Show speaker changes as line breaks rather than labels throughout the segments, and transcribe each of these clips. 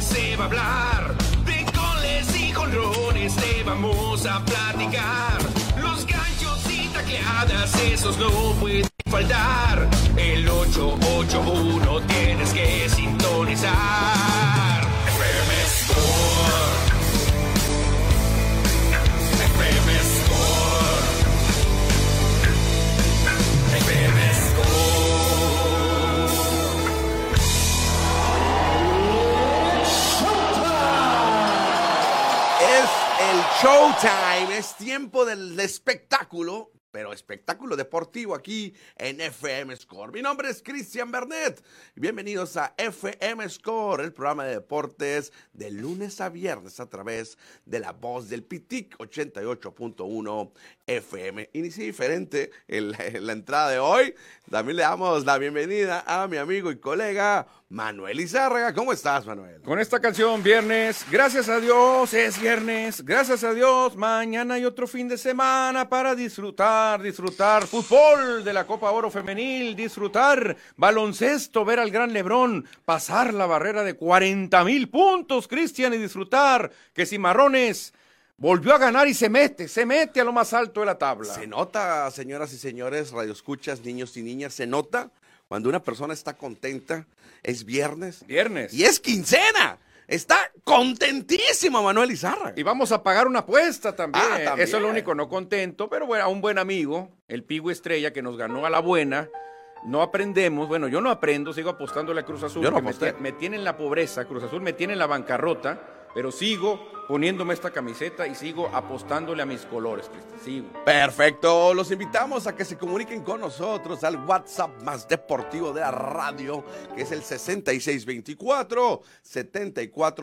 se va a hablar de goles y jonrones, te vamos a platicar. Los ganchos y tacleadas, esos no pueden faltar. El 881 tienes que sintonizar. FM Score. FM Score. FM Score.
Es el showtime, es tiempo del espectáculo, pero espectáculo deportivo aquí en FM Score. Mi nombre es Cristian Bernet. y Bienvenidos a FM Score, el programa de deportes de lunes a viernes a través de la voz del Pitic 88.1 FM. Inicié diferente el- la entrada de hoy. También le damos la bienvenida a mi amigo y colega Manuel Izárraga. ¿Cómo estás, Manuel?
Con esta canción, viernes, gracias a Dios, es viernes, gracias a Dios, mañana hay otro fin de semana para disfrutar, disfrutar fútbol de la Copa Oro Femenil, disfrutar baloncesto, ver al gran Lebrón, pasar la barrera de 40 mil puntos, Cristian, y disfrutar que Cimarrones volvió a ganar y se mete, se mete a lo más alto de la tabla.
Se nota, señoras y señores, radioescuchas, niños y niñas, se nota cuando una persona está contenta, es viernes
Viernes.
y es quincena. Está contentísimo Manuel Izarra.
Y vamos a pagar una apuesta también.
Ah, también.
Eso es lo único no contento, pero bueno, a un buen amigo, el Pigo Estrella, que nos ganó a la buena. No aprendemos, bueno, yo no aprendo, sigo apostando la Cruz Azul.
Yo no
que me,
aposté.
tie- me tiene en la pobreza, Cruz Azul me tiene en la bancarrota, pero sigo poniéndome esta camiseta y sigo apostándole a mis colores, Cristian. Sigo.
Perfecto, los invitamos a que se comuniquen con nosotros al WhatsApp más deportivo de la radio, que es el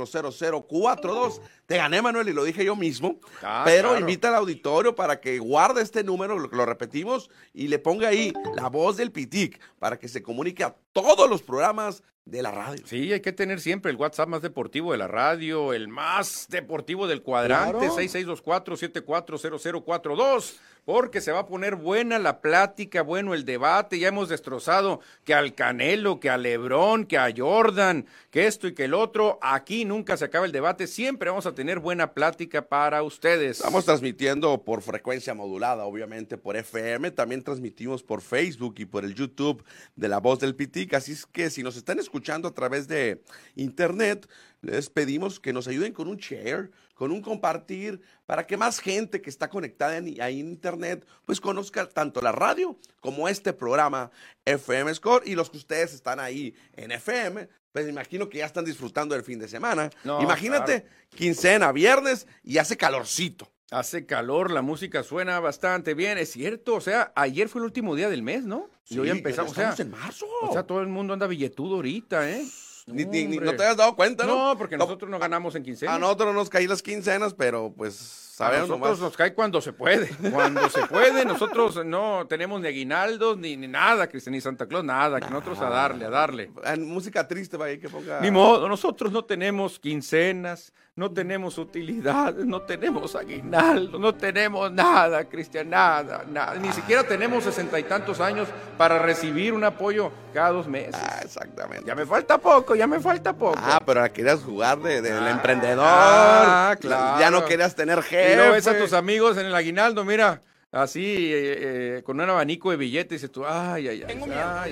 6624-740042. Te gané, Manuel, y lo dije yo mismo,
Ah,
pero
claro.
invita al auditorio para que guarde este número, lo, lo repetimos, y le ponga ahí la voz del Pitic para que se comunique a todos los programas de la radio.
Sí, hay que tener siempre el WhatsApp más deportivo de la radio, el más deportivo del cuadrante, 6624-740042, porque se va a poner buena la plática, bueno el debate, ya hemos destrozado que al Canelo, que a Lebrón, que a Jordan, que esto y que el otro, aquí nunca se acaba el debate, siempre vamos a tener buena plática para ustedes.
Estamos transmitiendo por frecuencia modulada, obviamente por FM, también transmitimos por Facebook y por el YouTube de La Voz del Pitic, así es que si nos están escuchando a través de internet, les pedimos que nos ayuden con un share, con un compartir, para que más gente que está conectada en- ahí en internet, pues conozca tanto la radio como este programa FM Score y los que ustedes están ahí en FM. Pues me imagino que ya están disfrutando del fin de semana.
No,
Imagínate, quincena, viernes y hace calorcito.
Hace calor, la música suena bastante bien, es cierto, o sea, ayer fue el último día del mes, ¿no? Y hoy
Sí,
empezamos, o sea,
estamos en marzo.
O sea, todo el mundo anda billetudo ahorita, ¿eh?
ni, ni- ni-
Hombre.
no te has dado cuenta, ¿no? Ah,
No, porque nosotros no ganamos en quincena.
A nosotros nos caí las quincenas, pero pues
A
sabemos
nosotros
nomás.
nos cae cuando se puede. Cuando se puede, nosotros no tenemos ni aguinaldos, ni, ni nada, Cristian, ni Santa Claus, nada. Que nosotros a darle, a darle.
Ah, Música triste, vaya, que ponga.
Ni modo, nosotros no tenemos quincenas, no tenemos utilidades, no tenemos aguinaldo, no tenemos nada, Cristian, nada, nada. Ni siquiera tenemos sesenta y tantos años para recibir un apoyo cada dos meses.
Ah, exactamente.
Ya me falta poco, ya me falta poco.
Ah, pero la querías jugar de, del
Ah,
emprendedor.
ah, claro.
Ya no querías tener jefe.
Y lo ves a tus amigos en el aguinaldo, mira, así, eh, eh, con un abanico de billetes, y dices tú, ay, ay, ay. ay,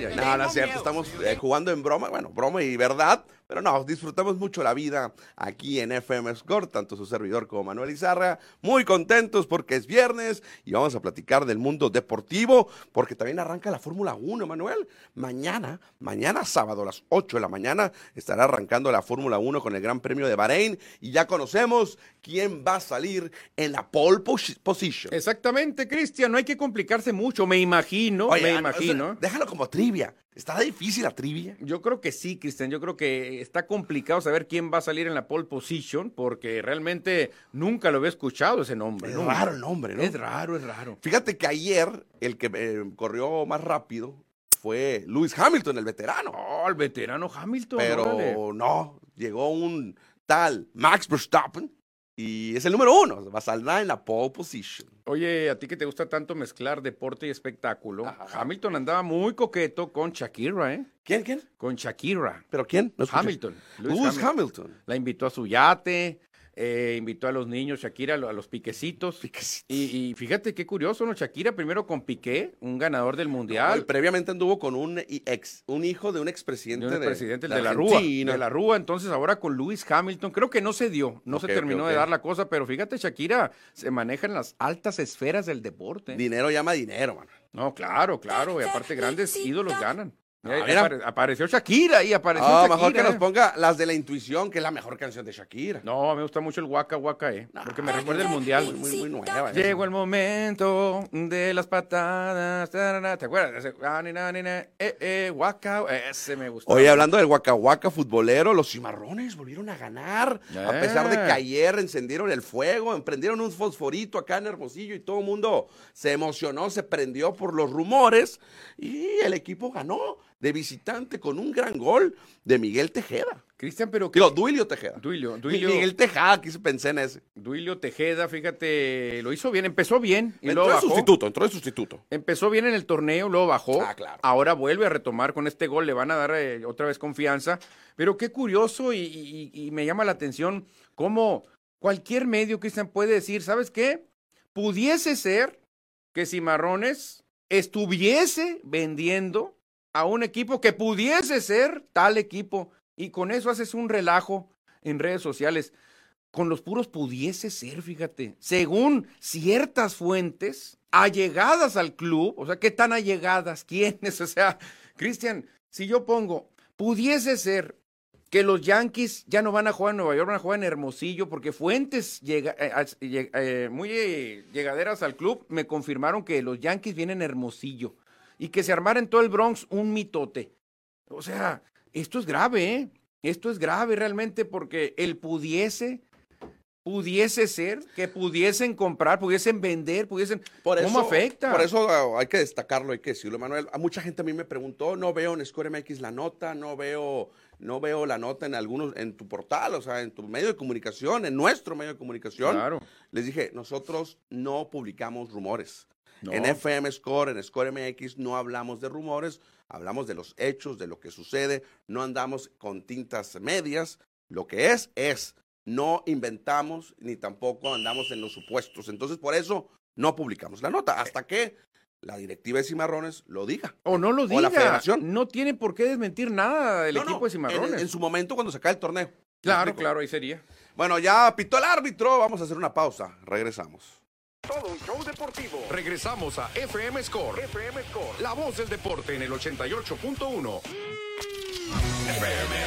ay,
No,
ay.
no es cierto, estamos eh, jugando en broma, bueno, broma y verdad, pero no, disfrutamos mucho la vida aquí en FM Score, tanto su servidor como Manuel Izarra, muy contentos porque es viernes y vamos a platicar del mundo deportivo, porque también arranca la Fórmula 1, Manuel, mañana, mañana sábado a las 8 de la mañana estará arrancando la Fórmula 1 con el Gran Premio de Bahrein y ya conocemos quién va a salir en la pole posi- position.
Exactamente, Cristian, no hay que complicarse mucho, me imagino,
Oye,
me
ah, no, eso-
imagino.
déjalo como trivia, estará difícil la trivia.
Yo creo que sí, Cristian. Yo creo que está complicado saber quién va a salir en la pole position porque realmente nunca lo había escuchado ese nombre.
Es
nunca.
raro el nombre, ¿no?
Es raro, es raro.
Fíjate que ayer el que eh, corrió más rápido fue Lewis Hamilton, el veterano.
Oh, el veterano Hamilton.
Pero
órale.
no, llegó un tal Max Verstappen y es el número uno. Va a saldrá en la pole position.
Oye, a ti que te gusta tanto mezclar deporte y espectáculo,
Ajá.
Hamilton andaba muy coqueto con Shakira, ¿eh?
¿Quién, quién?
Con Shakira.
¿Pero quién? No escuché.
Hamilton. Lewis
Lewis
Hamilton.
Hamilton.
La invitó a su yate, eh, invitó a los niños, Shakira, a lo- a los piquecitos. Y, y fíjate qué curioso, ¿no? Shakira primero con Piqué, un ganador del
Él
mundial.
previamente anduvo con un, i- ex, un hijo de un
de
expresidente
un
de,
presidente
de
de, la Rúa.
Argentina.
De la Rúa, entonces ahora con Lewis Hamilton. Creo que no se dio, no
Ok,
se
ok,
terminó
ok.
de dar la cosa, pero fíjate, Shakira se maneja en las altas esferas del deporte.
Dinero llama dinero, mano.
No, claro, claro. Y aparte, grandes ídolos ganan.
Ah,
Eh,
mira.
apare- apareció Shakira y apareció
Ah,
Shakira. ¿eh?
mejor que nos ponga las de la intuición, que es la mejor canción de Shakira.
No, me gusta mucho el Waka Waka, eh. Porque
Ah,
me recuerda el
Muy,
mundial.
muy, muy nueva. ¿eh? esa.
Llegó el momento de las patadas. tarara, ¿Te acuerdas? Ese, ah, ni, na, ni, na, eh, eh, Waka. Ese me gusta.
Oye, hablando del guacahuaca futbolero, los cimarrones volvieron a ganar. A pesar de que
Eh.
ayer encendieron el fuego, emprendieron un fosforito acá en Hermosillo y todo el mundo se emocionó, se prendió por los rumores y el equipo ganó de visitante con un gran gol de Miguel Tejeda.
Cristian, pero que
Digo, Duilio Tejeda.
Duilio,
Mi-
Duilio,
Miguel Tejada, que pensé en ese.
Duilio Tejeda, fíjate, lo hizo bien, empezó bien y
entró
luego
de
bajó.
sustituto, entró de sustituto.
Empezó bien en el torneo, luego bajó.
Ah, claro.
Ahora vuelve a retomar con este gol, le van a dar eh, otra vez confianza. Pero qué curioso y, y- y me llama la atención cómo cualquier medio, Cristian, puede decir, ¿sabes qué? Pudiese ser que Cimarrones estuviese vendiendo a un equipo que pudiese ser tal equipo. Y con eso haces un relajo en redes sociales. Con los puros pudiese ser, fíjate. Según ciertas fuentes allegadas al club, o sea, ¿qué tan allegadas? ¿Quiénes? O sea, Cristian, si yo pongo, pudiese ser que los Yankees ya no van a jugar en Nueva York, van a jugar en Hermosillo, porque fuentes llega- eh, as- lleg- eh, muy eh, llegaderas al club me confirmaron que los Yankees vienen a Hermosillo y que se armara en todo el Bronx un mitote. O sea, esto es grave, ¿eh? Esto es grave realmente porque el pudiese, pudiese ser, que pudiesen comprar, pudiesen vender, pudiesen...
Por
¿Cómo afecta?
Por eso ah, hay que destacarlo, hay que decirlo, Manuel. A mucha gente a mí me preguntó, no veo en Score MX la nota, no veo, no veo la nota en algunos, en tu portal, o sea, en tu medio de comunicación, en nuestro medio de comunicación.
Claro.
Les dije, nosotros no publicamos rumores.
No.
En FM Score, en Score MX, no hablamos de rumores, hablamos de los hechos, de lo que sucede, no andamos con tintas medias. Lo que es, es. No inventamos ni tampoco andamos en los supuestos. Entonces, por eso no publicamos la nota, hasta que la directiva de Cimarrones lo diga.
O no lo
O la
diga.
federación.
No tienen por qué desmentir nada del
No, no,
equipo de Cimarrones.
En, en su momento, cuando se acabe el torneo. ¿Me
Claro,
explico?
claro, ahí sería.
Bueno, ya pitó el árbitro, vamos a hacer una pausa. Regresamos.
Todo un show deportivo. Regresamos a FM Score. FM Score. La voz del deporte en el 88.1. FM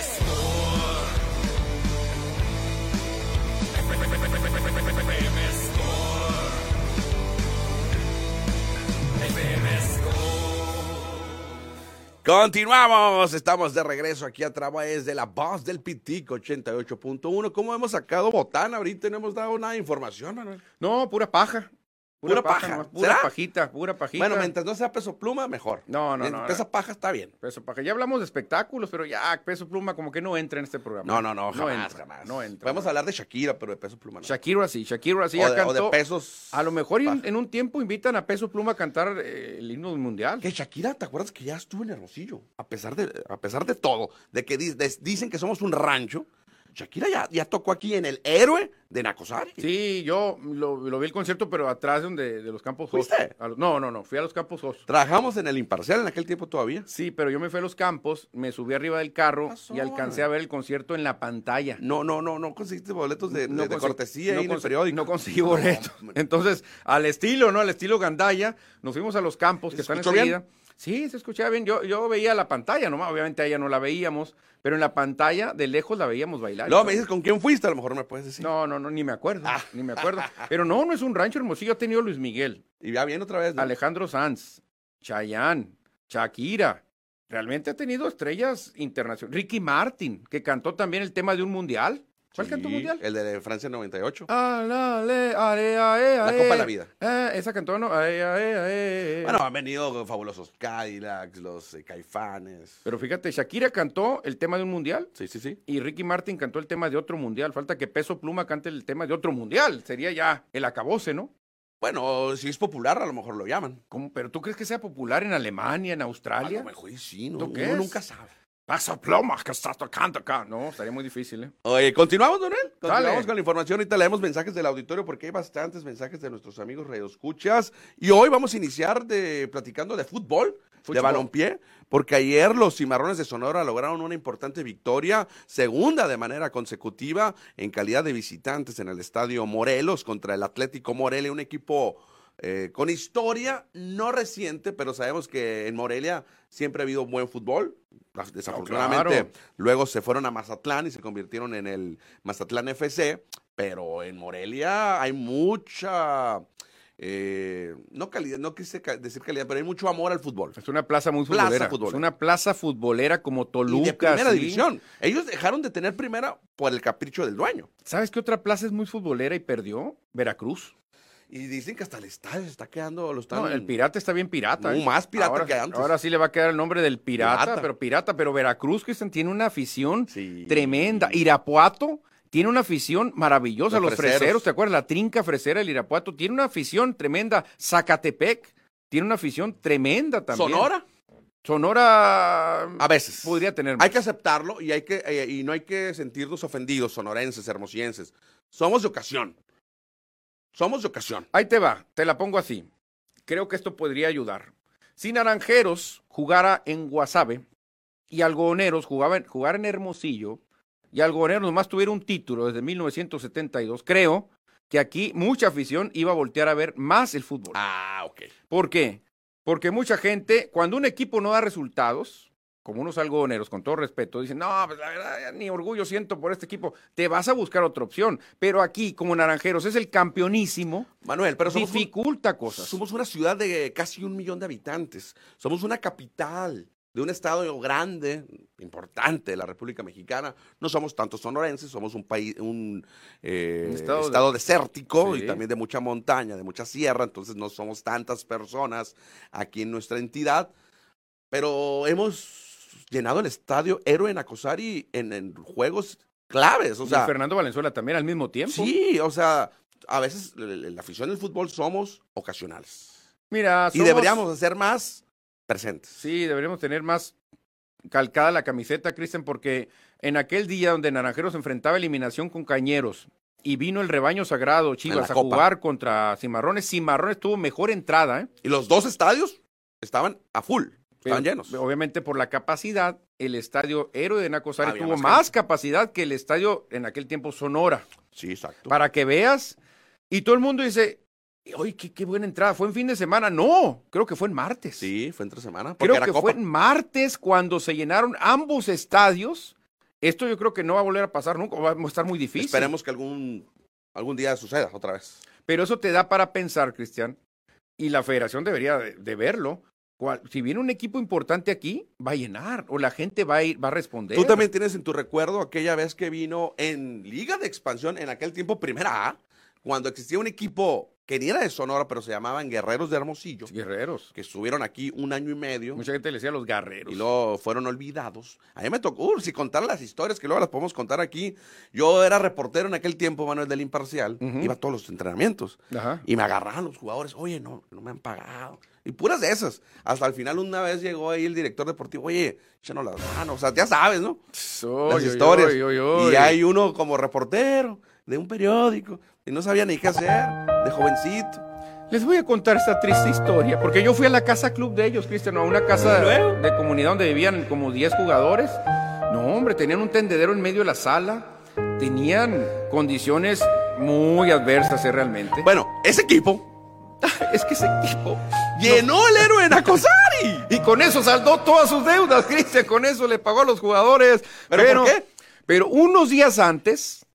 Continuamos, estamos de regreso aquí a través de la voz del Pitico 88.1. Como hemos sacado botán ahorita? No hemos dado nada de información, Manuel.
No, pura paja. Pura,
Pura
paja.
paja,
nomás, pura
¿será?
pajita, pura pajita.
Bueno, mientras no sea peso pluma, mejor.
No, no, no,
Mientras Esa paja está bien.
Peso paja. Ya hablamos de espectáculos, pero ya peso pluma como que no entra en este programa.
No, no, no, jamás,
entra,
jamás.
No entra.
Podemos hablar de Shakira, pero de peso pluma no.
Shakira sí, Shakira sí
o,
ya
de, o de
cantó.
pesos.
A lo mejor en,
paja.
en un tiempo invitan a peso pluma a cantar eh, el himno del mundial.
Que Shakira, ¿te acuerdas que ya estuvo en Hermosillo? A pesar de, a pesar de todo, de que di- de- dicen que somos un rancho, Shakira ya, ya tocó aquí en el héroe de Nacosari.
Sí, yo lo, lo vi el concierto, pero atrás donde de los campos
¿Fuiste?
Hostos. A los- No, no, no, fui a los campos Hostos.
Trabajamos en el imparcial en aquel tiempo todavía.
Sí, pero yo me fui a los campos, me subí arriba del carro
pasó?
y alcancé a ver el concierto en la pantalla.
No, no, no, no conseguiste boletos de, de- de
consi-
cortesía ahí en el
consi-
periódico.
no conseguí boleto.
No, hombre.
Entonces, al estilo, ¿no? Al estilo Gandaya, nos fuimos a los campos
¿Se
que están
escuchó bien?
enseguida. Sí, se escuchaba bien. Yo, yo veía la pantalla nomás, obviamente a ella no la veíamos, pero en la pantalla de lejos la veíamos bailar.
Luego me Ah. dices con quién fuiste, a lo mejor me puedes decir.
No, no, no, ni me acuerdo, ni me acuerdo. Pero no, no es un rancho hermosillo, ha tenido Luis Miguel,
Y ya viene otra vez. ¿no?
Alejandro Sanz, Chayanne, Shakira. Realmente ha tenido estrellas internacionales. Ricky Martin, que cantó también el tema de un mundial. ¿Cuál
Sí,
cantó mundial?
El de Francia 98.
Ah, la, le, are, ae,
La
ae.
Copa de la Vida.
Eh, esa cantó, ¿no? Ae, ae, ae.
Bueno, han venido fabulosos Cadillacs, los eh, Caifanes.
Pero fíjate, Shakira cantó el tema de un mundial
Sí, sí, sí.
y Ricky Martin cantó el tema de otro mundial. Falta que Peso Pluma cante el tema de otro mundial. Sería ya el acabose, ¿no?
Bueno, si es popular, a lo mejor lo llaman.
¿Cómo? ¿Pero tú crees que sea popular en Alemania, en
A lo
Australia?
mejor y sí, no,
¿Tú qué
uno
es?
nunca sabe.
Pasa plomas que estás tocando acá. No, estaría muy difícil, ¿eh?
Oye, continuamos, Donel. Continuamos
Dale.
con la información. Ahorita leemos mensajes del auditorio porque hay bastantes mensajes de nuestros amigos radioescuchas. Y hoy vamos a iniciar de, platicando de fútbol, de
Fútbol.
balompié, porque ayer los cimarrones de Sonora lograron una importante victoria, segunda de manera consecutiva, en calidad de visitantes en el estadio Morelos contra el Atlético Morelia, un equipo. eh, con historia no reciente, pero sabemos que en Morelia siempre ha habido buen fútbol. Ah, Desafortunadamente,
claro.
Luego se fueron a Mazatlán y se convirtieron en el Mazatlán FC, pero en Morelia hay mucha, eh, no calidad, no quise ca- decir calidad, pero hay mucho amor al fútbol.
Es una plaza muy
Plaza
futbolera.
futbolera.
Es una plaza futbolera como Toluca.
y de primera
sí.
división. Ellos dejaron de tener primera por el capricho del dueño.
¿Sabes qué otra plaza es muy futbolera y perdió? Veracruz.
Y dicen que hasta el estadio se está quedando, lo están...
No, el pirata está bien pirata.
No, más pirata
ahora,
que antes.
Ahora sí le va a quedar el nombre del pirata,
Pirata.
pero pirata. Pero Veracruz, Cristian, tiene una afición
Sí.
tremenda. Irapuato tiene una afición maravillosa.
Los
Los,
freseros.
freseros. ¿te acuerdas? La trinca fresera, el Irapuato, tiene una afición tremenda. Zacatepec tiene una afición tremenda también.
Sonora,
Sonora
a veces.
podría tener más.
Hay que aceptarlo y, hay que, eh, y no hay que sentirnos ofendidos, sonorenses, hermosienses. Somos de ocasión. Somos de ocasión.
Ahí te va, te la pongo así. Creo que esto podría ayudar. Si Naranjeros jugara en Guasave y Algoneros jugaba en, jugara en Hermosillo y Algoneros nomás tuviera un título desde 1972, creo que aquí mucha afición iba a voltear a ver más el fútbol.
Ah, ok.
¿Por qué? Porque mucha gente, cuando un equipo no da resultados, como unos algodoneros, con todo respeto, dicen, no, pues la verdad, ya ni orgullo siento por este equipo, te vas a buscar otra opción. Pero aquí, como Naranjeros, es el campeonísimo,
Manuel, pero somos, un-
dificulta cosas.
somos una ciudad de casi un millón de habitantes. Somos una capital de un estado grande, importante de la República Mexicana. No somos tantos sonorenses, somos un país, un, eh,
Un
estado,
estado de-
desértico y
Sí.
también de mucha montaña, de mucha sierra. Entonces no somos tantas personas aquí en nuestra entidad, pero hemos llenado el estadio héroe en Acosari en, en juegos claves. O
Y
sea,
Fernando Valenzuela también al mismo tiempo.
Sí, o sea, a veces l- l- la afición del fútbol somos ocasionales.
Mira,
Y
somos-
deberíamos hacer más presentes.
Sí, deberíamos tener más calcada la camiseta, Cristian, porque en aquel día donde Naranjeros enfrentaba eliminación con Cañeros y vino el rebaño sagrado
En
Chivas
la
a
Copa.
jugar contra Cimarrones, Cimarrones tuvo mejor entrada, ¿eh?
Y los dos estadios estaban a full, estaban
Pero,
llenos.
Obviamente por la capacidad, el estadio Héroe de Nacosari
Había
tuvo
más
más, capacidad que el estadio en aquel tiempo Sonora.
Sí, exacto.
Para que veas, y todo el mundo dice, oye, qué, qué buena entrada, fue en fin de semana. No, creo que fue en martes.
Sí, fue entre semana. Porque
creo
era
que
Copa.
fue en martes cuando se llenaron ambos estadios. Esto yo creo que no va a volver a pasar nunca, o va a estar muy difícil.
Esperemos que algún, algún día suceda otra vez.
Pero eso te da para pensar, Cristian, y la federación debería de, de verlo. cual- si viene un equipo importante aquí, va a llenar, o la gente va a, ir, va a responder.
Tú también tienes en tu recuerdo aquella vez que vino en Liga de Expansión, en aquel tiempo Primera A, cuando existía un equipo que ni era de Sonora, pero se llamaban Guerreros de Hermosillo,
Guerreros.
que estuvieron aquí un año y medio.
Mucha gente le decía los guerreros.
Y luego fueron olvidados. A mí me tocó, uh, si contara las historias que luego las podemos contar aquí. Yo era reportero en aquel tiempo, Manuel del Imparcial.
Ujú.
Iba a todos los entrenamientos.
Ajá.
Y me agarraban los jugadores. Oye, no, no me han pagado. Y puras de esas. Hasta al final una vez llegó ahí el director deportivo. Oye, échanos las manos. O sea, ya sabes, ¿no?
Oy,
Las
oy,
historias.
oy, oy, oy.
Y hay uno como reportero de un periódico. Y no sabía ni qué hacer. De jovencito.
Les voy a contar esta triste historia, porque yo fui a la casa club de ellos, Cristian, a una casa
¿Y luego?
de comunidad donde vivían como 10 jugadores. No, hombre, tenían un tendedero en medio de la sala, tenían condiciones muy adversas eh, realmente.
Bueno, ese equipo
es que ese equipo...
llenó el héroe en Acosari.
Y con eso saldó todas sus deudas, Cristian, con eso le pagó a los jugadores.
¿Pero por qué?
pero unos días antes,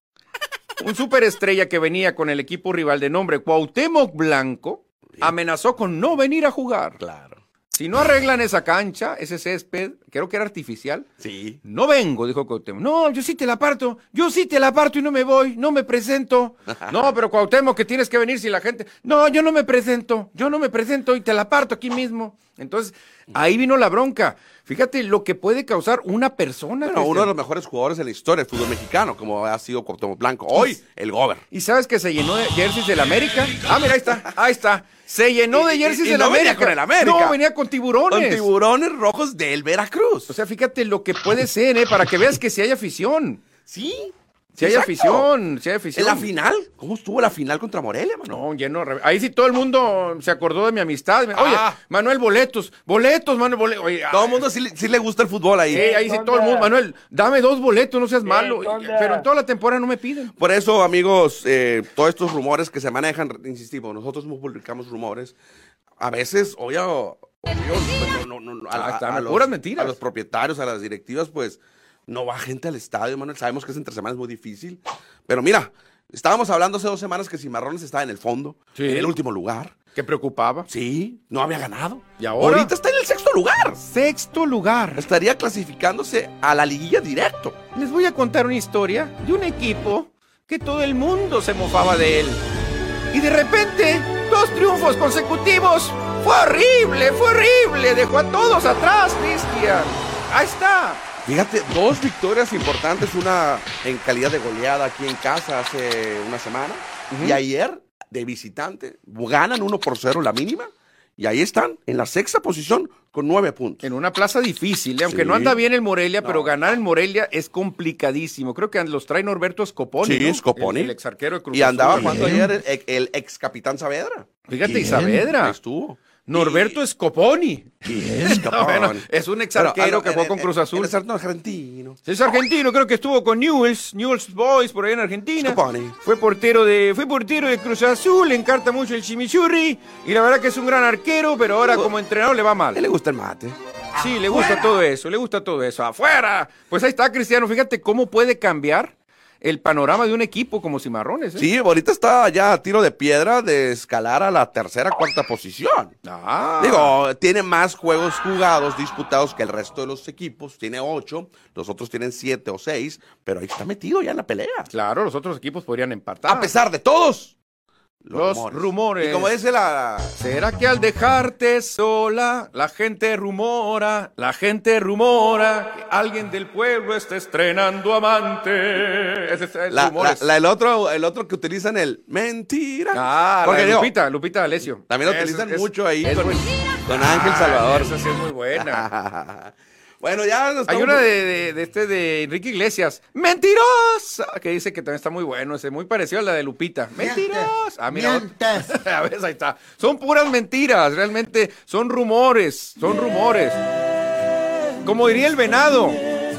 un superestrella que venía con el equipo rival de nombre Cuauhtémoc Blanco amenazó con no venir a jugar.
Claro.
Si no arreglan esa cancha, ese césped, creo que era artificial,
Sí.
no vengo, dijo Cuauhtémoc. No, yo sí te la parto, yo sí te la parto y no me voy, no me presento. No, pero Cuauhtémoc, que tienes que venir si la gente... No, yo no me presento, yo no me presento y te la parto aquí mismo. Entonces, ahí vino la bronca. Fíjate lo que puede causar una persona.
Bueno, uno
Cristian.
de los mejores jugadores en la historia del fútbol mexicano, como ha sido Cuauhtémoc Blanco. Hoy, el Gober.
¿Y sabes que se llenó de jerseys del América? Ah, mira, ahí está, ahí está. Se llenó de
Y- y-
jerseys
y
del
no venía
América.
con el América.
No, venía con tiburones.
Con tiburones rojos del Veracruz.
O sea, fíjate lo que puede ser, ¿eh? Para que veas que si hay afición.
sí.
Si hay
Exacto.
afición, si hay
¿En
afición.
la final? ¿Cómo estuvo la final contra Morelia, mano?
No, lleno. de re- Ahí sí todo el mundo se acordó de mi amistad. Me- Oye,
Ah.
Manuel Boletos. Boletos, Manuel Boletos. Oye, ah,
Todo el mundo sí, le- sí le gusta el fútbol ahí.
sí, ahí sí todo el mundo.
¿Dónde?
Manuel, dame dos boletos, no seas malo.
¿dónde?
Pero en toda la temporada no me piden.
Por eso, amigos, eh, todos estos rumores que se manejan, insistimos, nosotros no publicamos rumores. A veces, oye, o- oye, o- no, no, no, a,
Ah,
a-
están
a los,
puras mentiras.
a los propietarios, a las directivas, pues no va gente al estadio, Manuel. Sabemos que es entre semanas muy difícil. Pero mira, estábamos hablando hace dos semanas que Cimarrones estaba en el fondo,
Sí.
en el último lugar.
Que preocupaba.
Sí, no había ganado.
¿Y ahora?
Ahorita está en el sexto lugar.
Sexto lugar.
Estaría clasificándose a la liguilla directo.
Les voy a contar una historia de un equipo que todo el mundo se mofaba de él. Y de repente, dos triunfos consecutivos. Fue horrible, fue horrible. Dejó a todos atrás, Cristian. Ahí está.
Fíjate, dos victorias importantes, una en calidad de goleada aquí en casa hace una semana y ayer de visitante ganan 1 por 0 la mínima y ahí están en la sexta posición con nueve puntos.
En una plaza difícil, ¿eh? aunque
Sí.
no anda bien el Morelia,
No.
pero ganar el Morelia es complicadísimo. Creo que los trae Norberto Scoponi.
Sí,
¿no?
Scoponi.
El, el exarquero de Cruz
Y andaba
Azul.
jugando
Bien.
ayer el, el ex capitán Saavedra.
Fíjate,
Bien.
y Saavedra.
Ahí estuvo.
Norberto Scoponi.
es
No, bueno, es
ah,
un exarquero que jugó con Cruz Azul.
Es argentino.
Es argentino, creo que estuvo con Newell's, Newell's Boys por ahí en Argentina.
Scoponi.
Fue portero de fue portero de Cruz Azul, le encanta mucho el chimichurri y la verdad que es un gran arquero, pero ahora como entrenador le va
A él
mal.
le gusta el mate.
Sí, le gusta todo eso, le gusta todo eso. Afuera. Pues ahí está Cristiano, fíjate cómo puede cambiar el panorama de un equipo como Cimarrones, ¿eh?
Sí, ahorita está ya a tiro de piedra de escalar a la tercera, cuarta posición.
Ah.
Digo, tiene más juegos jugados, disputados que el resto de los equipos. Tiene ocho, los otros tienen siete o seis, pero ahí está metido ya en la pelea.
claro, los otros equipos podrían empatar.
A pesar de todos
Los rumores.
Y como dice la.
¿Será que al dejarte sola la gente rumora, la gente rumora que alguien del pueblo está estrenando amante? Ese es el
la-
rumores.
la- la- el, otro, el otro que utilizan el mentira.
ah, la
Porque
de
digo,
Lupita, Lupita D'Alessio.
También lo
Esa-
utilizan
esa-
mucho ahí
es
con,
buena.
con Ángel
Ah,
Salvador.
Esa sí es muy buena.
bueno, ya nos
Hay
estamos-
una de, de- de este de Enrique Iglesias, mentirosa, que dice que también está muy bueno, es muy parecido a la de Lupita. Mentirosa. Ah, mira.
Mientes.
a ver, ahí está. Son puras mentiras, realmente son rumores, son rumores. Como diría el venado,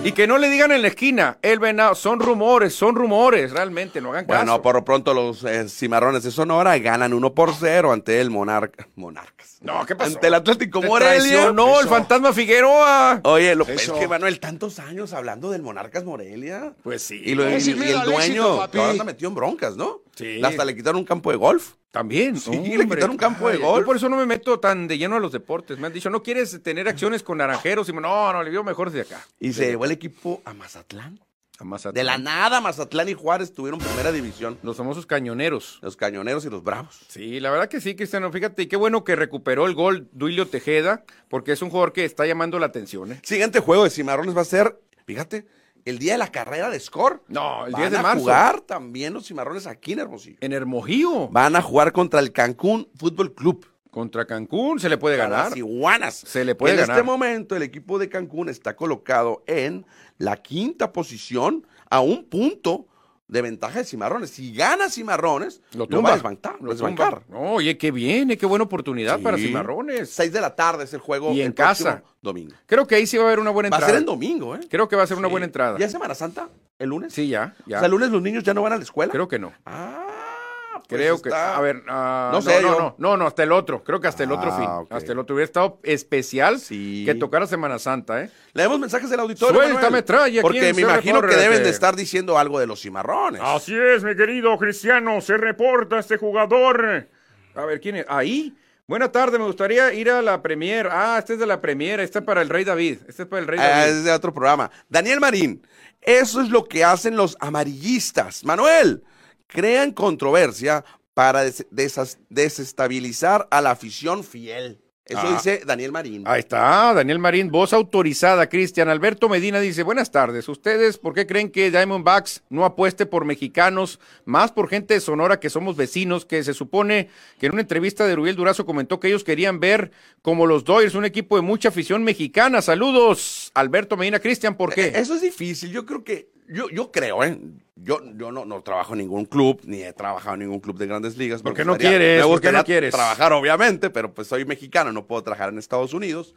y que no le digan en la esquina, el venado, son rumores, son rumores, realmente, no hagan caso.
Bueno, por lo pronto los eh, cimarrones de Sonora ganan 1 por 0 ante el Monarca. Monarcas.
No, ¿qué pasó?
Ante el Atlético
Te
Morelia.
traicionó el
Eso.
fantasma Figueroa.
Oye, lo es
Eso.
que Manuel, tantos años hablando del Monarcas Morelia.
Pues sí.
Y, lo- y-
Ese
y
miedo
el
al
dueño
éxito,
que
papi.
ahora está metido en broncas, ¿no?
Sí.
Hasta le quitaron un campo de golf.
También.
Sí, le quitaron un campo de
Ay,
golf.
yo por eso no me meto tan de lleno a los deportes. Me han dicho, no quieres tener acciones con naranjeros. Y me- no, no, le vio mejor desde acá.
Y se llevó el equipo a Mazatlán.
A Mazatlán.
De la nada, Mazatlán y Juárez tuvieron primera división.
Los famosos cañoneros.
Los cañoneros y los bravos.
Sí, la verdad que sí, Cristiano. Fíjate, y qué bueno que recuperó el gol Duilio Tejeda, porque es un jugador que está llamando la atención. ¿eh?
Siguiente juego de Cimarrones va a ser, fíjate, el día de la carrera de Score.
No, el
Van
10 de
a
marzo.
jugar también los Cimarrones aquí en Hermosillo.
En Hermosillo,
Van a jugar contra el Cancún Fútbol Club.
contra Cancún, se le puede
A
ganar.
las iguanas.
Se le puede
en
ganar.
este momento el equipo de Cancún está colocado en la quinta posición a un punto de ventaja de Cimarrones. Si gana Cimarrones, va
Lo
a
tumba.
desbancar.
Lo
Lo
tumba.
desbancar.
No, oye, qué bien, eh, qué buena oportunidad para
Sí.
Cimarrones.
Seis de la tarde es el juego.
Y en
el próximo
casa.
Domingo.
Creo que ahí sí va a haber una buena
Va a
entrada.
ser en domingo, ¿eh?
Creo que va a ser una buena entrada.
¿Ya es Semana Santa? ¿El lunes?
Sí, ya, ya.
O sea, el lunes los niños ya no van a la escuela.
Creo que no.
Ah, pues
Creo que.
está-
A ver, ah,
No
no,
sé,
no,
yo-
no, no, no, hasta el otro. Creo que hasta el otro
Ah,
fin.
ok.
Hasta el otro. Hubiera estado especial
Sí.
que tocara Semana Santa, ¿eh?
Leemos mensajes del auditorio.
Suelta
Manuel,
metralla aquí
Porque
en
me
CR
imagino que
Torres,
deben
eh.
de estar diciendo algo de los cimarrones.
Así es, mi querido Cristiano. Se reporta este jugador. A ver, ¿quién es? Ahí. Buena tarde, me gustaría ir a la Premier. Ah, este es de la Premier. Este es para el Rey David. Este es para el Rey
Ah,
David.
es de otro programa. Daniel Marín, eso es lo que hacen los amarillistas. Manuel, crean controversia para des- desas- desestabilizar a la afición fiel. Eso
Ah.
dice Daniel Marín.
Ahí está, Daniel Marín, voz autorizada. Cristian Alberto Medina dice, buenas tardes. ¿Ustedes por qué creen que Diamondbacks no apueste por mexicanos, más por gente de Sonora que somos vecinos, que se supone que en una entrevista de Rubiel Durazo comentó que ellos querían ver como los Doyers, un equipo de mucha afición mexicana? Saludos, Alberto Medina. Cristian, ¿por qué?
Eh, Eso es difícil. Yo creo que, yo, yo creo, ¿eh? Yo, yo no, no trabajo en ningún club, ni he trabajado en ningún club de grandes ligas. Me
¿Por qué no
gustaría-
quieres?
me
¿Por qué no
gustaría
quieres?
Trabajar, obviamente, pero pues soy mexicano, no puedo trabajar en Estados Unidos.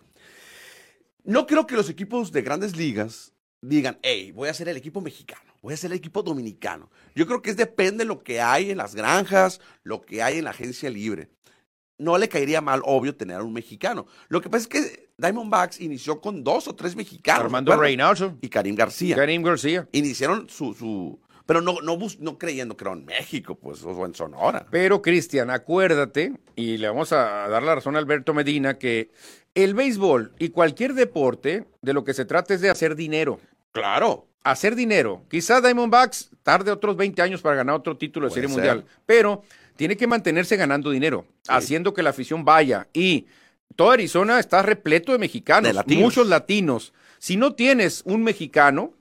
No creo que los equipos de grandes ligas digan, hey, voy a ser el equipo mexicano, voy a ser el equipo dominicano. Yo creo que es depende de lo que hay en las granjas, lo que hay en la agencia libre no le caería mal, obvio, tener a un mexicano. Lo que pasa es que Diamondbacks inició con dos o tres mexicanos.
Armando
¿recuerdas?
Reynoso,
Y Karim García.
Karim García.
Iniciaron su, su... Pero no, no, bus- no creyendo que era en México, pues, o en Sonora.
Pero, Cristian, acuérdate, y le vamos a dar la razón a Alberto Medina, que el béisbol y cualquier deporte de lo que se trata es de hacer dinero.
Claro.
Hacer dinero. Quizá Diamondbacks tarde otros 20 años para ganar otro título de
Puede
Serie
ser.
Mundial, pero tiene que mantenerse ganando dinero, haciendo que la afición vaya. Y toda Arizona está repleto de mexicanos,
De latinos.
muchos latinos. Si no tienes un mexicano,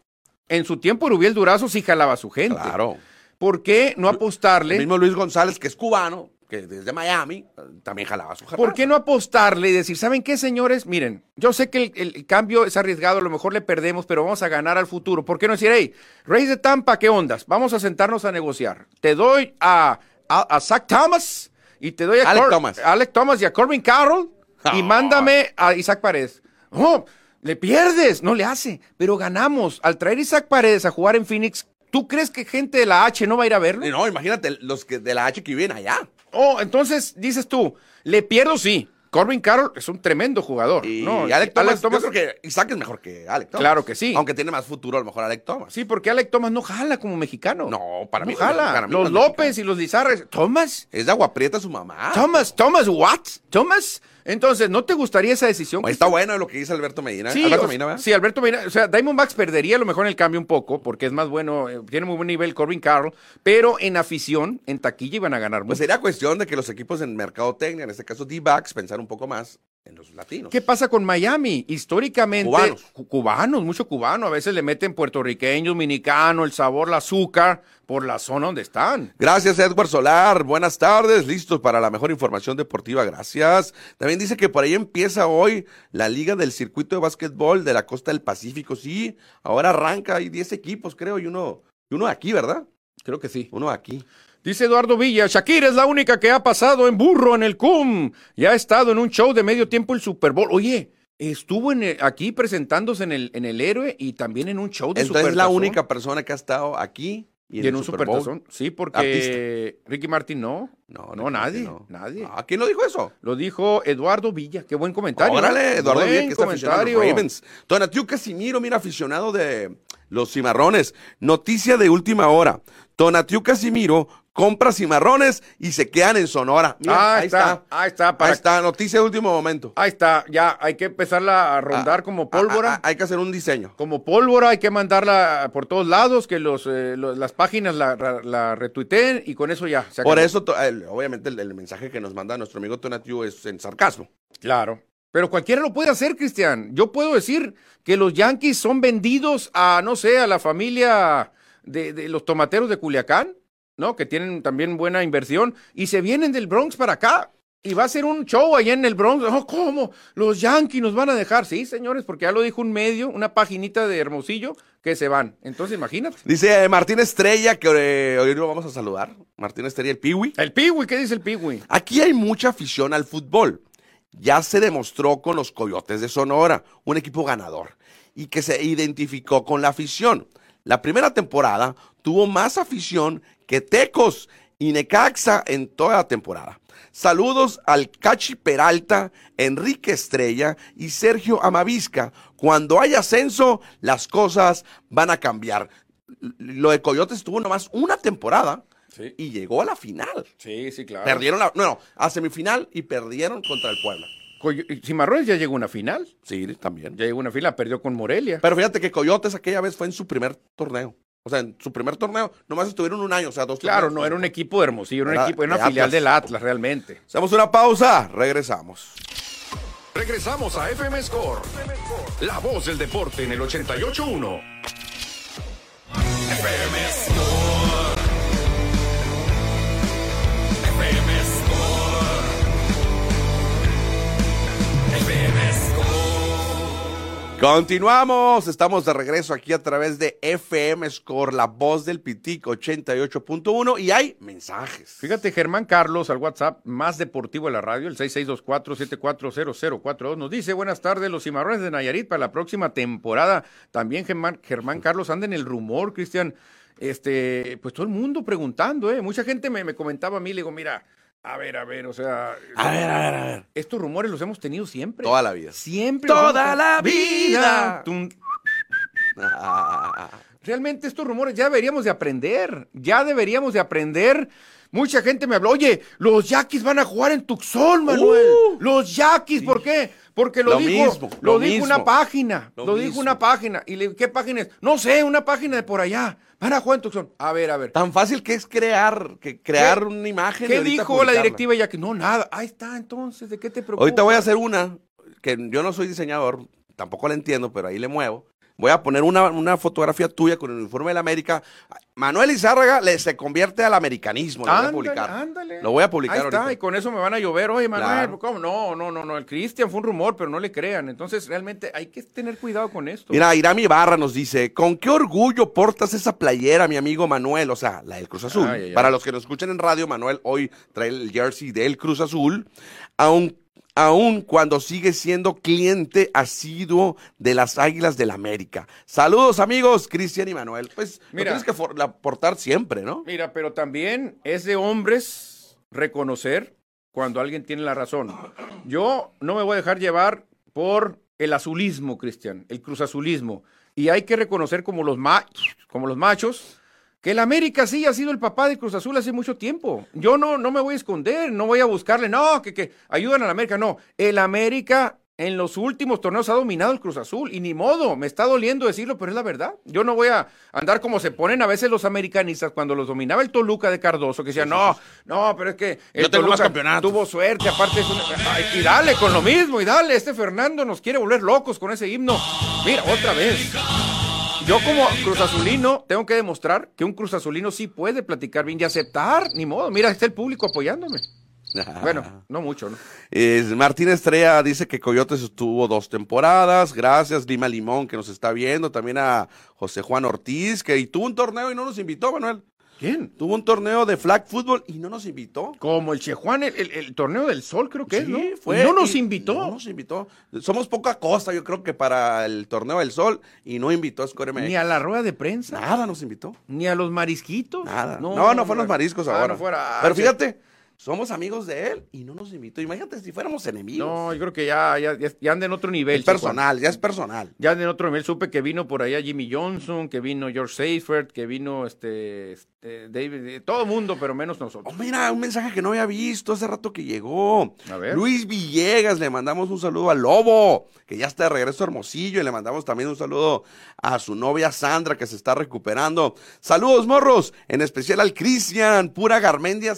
en su tiempo Rubiel Durazo sí jalaba a su gente.
Claro.
¿Por qué no
El
apostarle?
mismo Luis González, que es cubano, que desde Miami, eh, también jalaba su
¿Por
jarrón.
qué no apostarle y decir, ¿saben qué, señores? Miren, yo sé que el, el- el cambio es arriesgado, a lo mejor le perdemos, pero vamos a ganar al futuro. ¿Por qué no decir, hey, Reyes de Tampa, ¿qué ondas? Vamos a sentarnos a negociar. Te doy a, a, a Zach Thomas y te doy a
Alec
Cor-
Thomas.
Alec Thomas y a Corbin Carroll y
Ah.
mándame a Isaac Paredes. Oh, le pierdes, no le hace, pero ganamos. Al traer a Isaac Paredes a jugar en Phoenix, ¿tú crees que gente de la H no va a ir a verlo?
Y No, imagínate los que de la H que viven allá.
Oh, entonces dices tú, le pierdo sí. Corbin Carroll es un tremendo jugador.
Y
no,
Alec Thomas,
Alec Thomas-
yo creo que Isaac es mejor que Alec Thomas.
Claro que sí.
Aunque tiene más futuro a lo mejor Alec Thomas.
Sí, porque Alec Thomas no jala como mexicano.
No, para mí no,
jala.
para mí no
los
es
López y los Lizarres. Thomas,
Es de agua prieta su mamá.
Thomas, Thomas, what? Thomas. Entonces, ¿no te gustaría esa decisión?
Está bueno lo que dice Alberto Medina.
Sí,
Pues, ¿eh? Alberto
o-
Medina, ¿verdad?
sí, Alberto Medina. O sea, Diamondbacks perdería a lo mejor en el cambio un poco, porque es más bueno, eh, tiene muy buen nivel Corbin Carroll, pero en afición, en taquilla iban a ganar mucho.
Pues sería cuestión de que los equipos en mercadotecnia, en este caso D-Backs, pensar un poco más en los latinos.
¿Qué pasa con Miami? Históricamente,
Cubanos.
cu- cubanos, mucho cubano. A veces le meten puertorriqueño, dominicano, el sabor, el azúcar, por la zona donde están.
Gracias, Edward Solar. Buenas tardes. Listos para la mejor información deportiva. Gracias. También dice que por ahí empieza hoy la Liga del Circuito de Básquetbol de la Costa del Pacífico. Sí, ahora arranca. Hay 10 equipos, creo, y uno, y uno aquí, ¿verdad?
Creo que sí.
Uno aquí.
Dice Eduardo Villa, Shakira es la única que ha pasado en burro en el CUM. Ya ha estado en un show de medio tiempo el Super Bowl. Oye, estuvo en el- aquí presentándose en el, en el héroe y también en un show de
Entonces es la
Supertazón.
única persona que ha estado aquí y en,
Y en
el
un
Super Bowl.
supertazón. Sí, porque Ricky Martin no. No,
creo que
nadie.
no.
Nadie.
Ah, ¿Quién lo dijo eso?
Lo dijo Eduardo Villa. Qué buen comentario.
Órale, Eduardo
Buen
Villa, que está aficionado a los
comentario.
Ravens. Tonatiu Casimiro, mira, aficionado de los cimarrones. Noticia de última hora. Tonatiu Casimiro compra cimarrones y se quedan en Sonora. Mira,
ahí, Ah, está, ahí está, para-
Ahí está, noticia de último momento.
ahí está, ya hay que empezarla a rondar
Ah,
como pólvora.
ah, ah, hay que hacer un diseño.
Como pólvora, hay que mandarla por todos lados, que los, eh, los- las páginas la, la- la retuiteen y con eso ya. se acabó.
Por eso, to- el- obviamente, el, el mensaje que nos manda nuestro amigo Tonatiu es en sarcasmo.
Claro. Pero cualquiera lo puede hacer, Cristian. Yo puedo decir que los Yankees son vendidos a, no sé, a la familia de, de los tomateros de Culiacán, ¿no? Que tienen también buena inversión y se vienen del Bronx para acá. Y va a ser un show allá en el Bronx. Oh, ¿Cómo? Los Yankees nos van a dejar. Sí, señores, porque ya lo dijo un medio, una paginita de Hermosillo, que se van. Entonces, imagínate.
Dice eh, Martín Estrella, que eh, hoy lo vamos a saludar. Martín Estrella, el piwi.
El Piwi, ¿qué dice el Piwi?
Aquí hay mucha afición al fútbol. Ya se demostró con los Coyotes de Sonora, un equipo ganador, y que se identificó con la afición. La primera temporada tuvo más afición que Tecos y Necaxa en toda la temporada. Saludos al Cachi Peralta, Enrique Estrella y Sergio Amavisca. Cuando hay ascenso, las cosas van a cambiar. Lo de Coyotes tuvo nomás una temporada
Sí.
y llegó a la final.
Sí, sí, claro.
Perdieron la, no, no, a semifinal y perdieron contra el Puebla.
Cimarrones ya llegó a una final.
Sí, también.
Ya llegó a una final, perdió con Morelia.
Pero fíjate que Coyotes aquella vez fue en su primer torneo. O sea, en su primer torneo, nomás estuvieron un año, o sea, dos
Claro,
torneos.
no era un equipo de Hermosillo, era un
eh, Era
equipo, era una
de
filial
Atlas.
del Atlas realmente.
Hacemos una pausa, regresamos.
Regresamos a FM Score. La voz del deporte en el 88.1. FM Score. FM Score. FM
Continuamos, estamos de regreso aquí a través de FM Score, la voz del Pitico 88.1 y hay mensajes.
Fíjate, Germán Carlos, al WhatsApp más deportivo de la radio, el 6624-740042, nos dice, buenas tardes, los cimarrones de Nayarit para la próxima temporada. También Germán, Germán Carlos anda en el rumor, Cristian, este, pues todo el mundo preguntando, ¿eh? Mucha gente me, me comentaba a mí, le digo, mira, a ver, a ver, o sea,
A ver, a ver, a ver.
estos rumores los hemos tenido siempre.
Toda la vida.
Siempre. los hemos
Toda
tenido.
la vida.
Tun-
Ah,
Realmente estos rumores ya deberíamos de aprender, ya deberíamos de aprender. Mucha gente me habló, oye, los Yaquis van a jugar en Tucson, Manuel.
Uh.
los Yaquis, ¿por qué? Porque lo,
Lo
dijo,
mismo,
lo,
lo
dijo
mismo.
una página, lo,
Lo
dijo
mismo.
una página. ¿Y le- qué página es? No sé, una página de por allá. Van a jugar en Tucson. A ver, a ver.
Tan fácil que es crear, que crear
¿Qué-
una imagen. y
¿Qué
ahorita
dijo la
publicarla.
directiva de Yaquis? No, nada. Ahí está, entonces, ¿de qué te preocupas?
Ahorita voy a hacer una, que yo no soy diseñador, tampoco la entiendo, pero ahí le muevo. Voy a poner una, una fotografía tuya con el uniforme de la América. Manuel Izárraga le, se convierte al americanismo. Lo voy a
Ándale,
publicar.
ándale.
Lo voy a publicar
Ahí está,
ahorita.
y con eso me van a llover. Oye, Manuel,
Claro.
¿cómo? No, no, no, no. El Cristian fue un rumor, pero no le crean. Entonces, realmente hay que tener cuidado con esto.
Mira, Irami Barra nos dice, ¿con qué orgullo portas esa playera, mi amigo Manuel? O sea, la del Cruz Azul.
Ay, ay, ay.
Para los que nos escuchan en radio, Manuel hoy trae el jersey del Cruz Azul, aun, aun cuando sigue siendo cliente asiduo de las Águilas del América. Saludos, amigos, Cristian y Manuel. Pues lo
Mira.
tienes que for- la- portar siempre, ¿no?
Mira, pero también es de hombres reconocer cuando alguien tiene la razón. Yo no me voy a dejar llevar por el azulismo, Cristian, el cruzazulismo. Y hay que reconocer como los, ma- como los machos que el América sí ha sido el papá de Cruz Azul hace mucho tiempo. Yo no, no me voy a esconder, no voy a buscarle, no, que, que ayudan al América. No, el América en los últimos torneos ha dominado el Cruz Azul y ni modo, me está doliendo decirlo, pero es la verdad. Yo no voy a andar como se ponen a veces los americanistas cuando los dominaba el Toluca de Cardoso, que decían, no, no, pero es que el
Yo tengo más
Toluca
campeonatos".
Tuvo suerte, aparte es una- Ay, y dale con lo mismo, y dale, este Fernando nos quiere volver locos con ese himno. Mira, otra vez. Yo como Cruz Azulino tengo que demostrar que un Cruz Azulino sí puede platicar bien y aceptar, ni modo. Mira, está el público apoyándome.
Ah.
Bueno, no mucho, ¿no?
Es- Eh, Martín Estrella dice que Coyotes estuvo dos temporadas. Gracias, Lima Limón, que nos está viendo. También a José Juan Ortiz, que y tuvo un torneo y no nos invitó, Manuel.
¿Quién?
Tuvo un torneo de flag football y no nos invitó.
Como el Chejuan, el, el- el torneo del sol creo que es,
Sí,
¿no?
fue,
no nos
y
invitó.
No nos invitó. Somos poca cosa, yo creo que para el torneo del sol y no invitó a Score MX.
Ni a la rueda de prensa,
Nada nos invitó.
ni a los marisquitos.
Nada. No, no, fueron los mariscos
Ah,
ahora.
no fuera-
Pero
sí.
fíjate, somos amigos de él y no nos invitó. Imagínate si fuéramos enemigos.
No, yo creo que ya, ya, ya- ya anda en otro nivel.
es personal, ya es personal.
Ya en otro nivel supe que vino por allá Jimmy Johnson, que vino George Seifert, que vino este, este, David, eh, todo mundo, pero menos
Oh,
nosotros.
mira, un mensaje que no había visto hace rato que llegó.
A ver.
Luis Villegas, le mandamos un saludo al Lobo, que ya está de regreso a Hermosillo, y le mandamos también un saludo a su novia Sandra, que se está recuperando. Saludos, morros, en especial al Cristian, pura Garmendia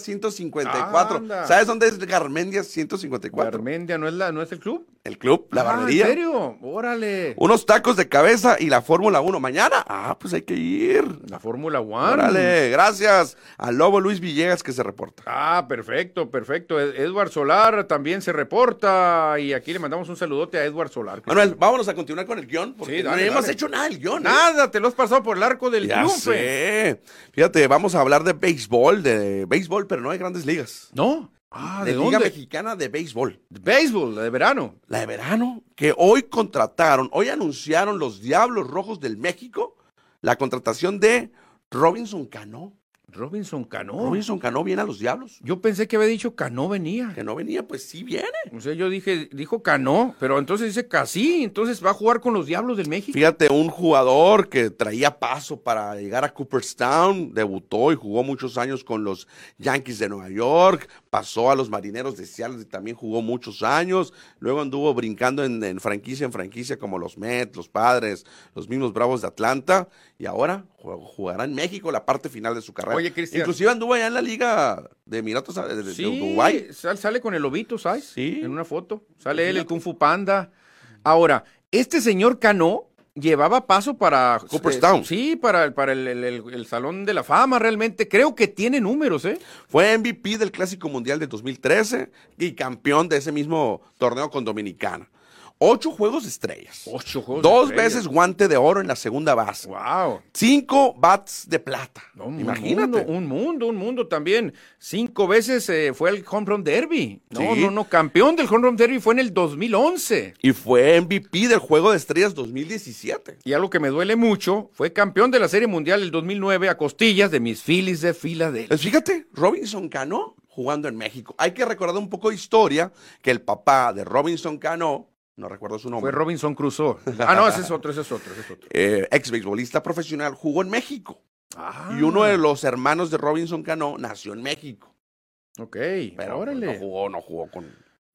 154.
Anda.
¿Sabes dónde es Garmendia 154?
Garmendia no es la, no es el club.
El club, la
Ah,
barbería.
¿En serio? Órale.
Unos tacos de cabeza y la Fórmula 1 mañana. Ah, pues hay que ir.
La Fórmula One.
Órale, gracias al Lobo Luis Villegas que se reporta.
Ah, perfecto, perfecto. Ed- Edward Solar también se reporta y aquí le mandamos un saludote a Edward Solar.
Manuel, vámonos a continuar con el guión, porque
Sí, dale,
no hemos
dale.
hecho nada del guión. ¿eh?
Nada, te lo has pasado por el arco del
Ya
triunfo.
sé. Fíjate, vamos a hablar de béisbol, de béisbol, pero no de grandes ligas.
¿No? Ah, ¿de,
de Liga
dónde?
Mexicana de Béisbol.
Béisbol, la de verano.
La de verano, que hoy contrataron, hoy anunciaron los Diablos Rojos del México la contratación de Robinson Cano.
Robinson Cano.
Robinson Cano viene a los Diablos.
Yo pensé que había dicho Cano venía.
Que no venía, pues sí viene.
O sea, yo dije, dijo Cano, pero entonces dice Casí, entonces va a jugar con los Diablos del México.
Fíjate, un jugador que traía paso para llegar a Cooperstown, debutó y jugó muchos años con los Yankees de Nueva York, pasó a los Marineros de Seattle y también jugó muchos años, luego anduvo brincando en, en franquicia en franquicia como los Mets, los Padres, los mismos Bravos de Atlanta y ahora ju- jugará en México la parte final de su carrera.
Oye, Cristian.
Inclusive anduvo allá en la liga de Emiratos eh, de, de- de
Sí,
Dubái.
sal- sale con el lobito, ¿sabes?
Sí.
En una foto. Sale él, el Kung Fu Panda. Ahora, este señor Cano llevaba paso para...
Cooperstown.
sí, para, el- para el, el- el- el Salón de la Fama realmente. Creo que tiene números, ¿eh?
Fue MVP del Clásico Mundial de 2013 y campeón de ese mismo torneo con Dominicana. Ocho juegos de estrellas.
Ocho juegos de
Dos
estrellas.
veces guante de oro en la segunda base.
¡Wow!
Cinco bats de plata.
Un
Imagínate.
Mundo, un mundo, un mundo también. Cinco veces eh, fue el Home Run Derby. No,
Sí.
no, no. Campeón del Home Run Derby fue en el 2011.
Y fue MVP del Juego de Estrellas 2017.
Y algo que me duele mucho, fue campeón de la Serie Mundial del 2009 a costillas de mis Phillies de Filadelfia.
Pues fíjate, Robinson Cano jugando en México. Hay que recordar un poco de historia que el papá de Robinson Cano, no recuerdo su
Fue
nombre,
Robinson Crusoe. Ah, no, ese es otro, ese es otro, ese es otro.
eh, ex beisbolista profesional, jugó en México.
Ah,
Y uno de los hermanos de Robinson Cano nació en México.
Ok,
Pero pues,
órale.
no jugó, no jugó con.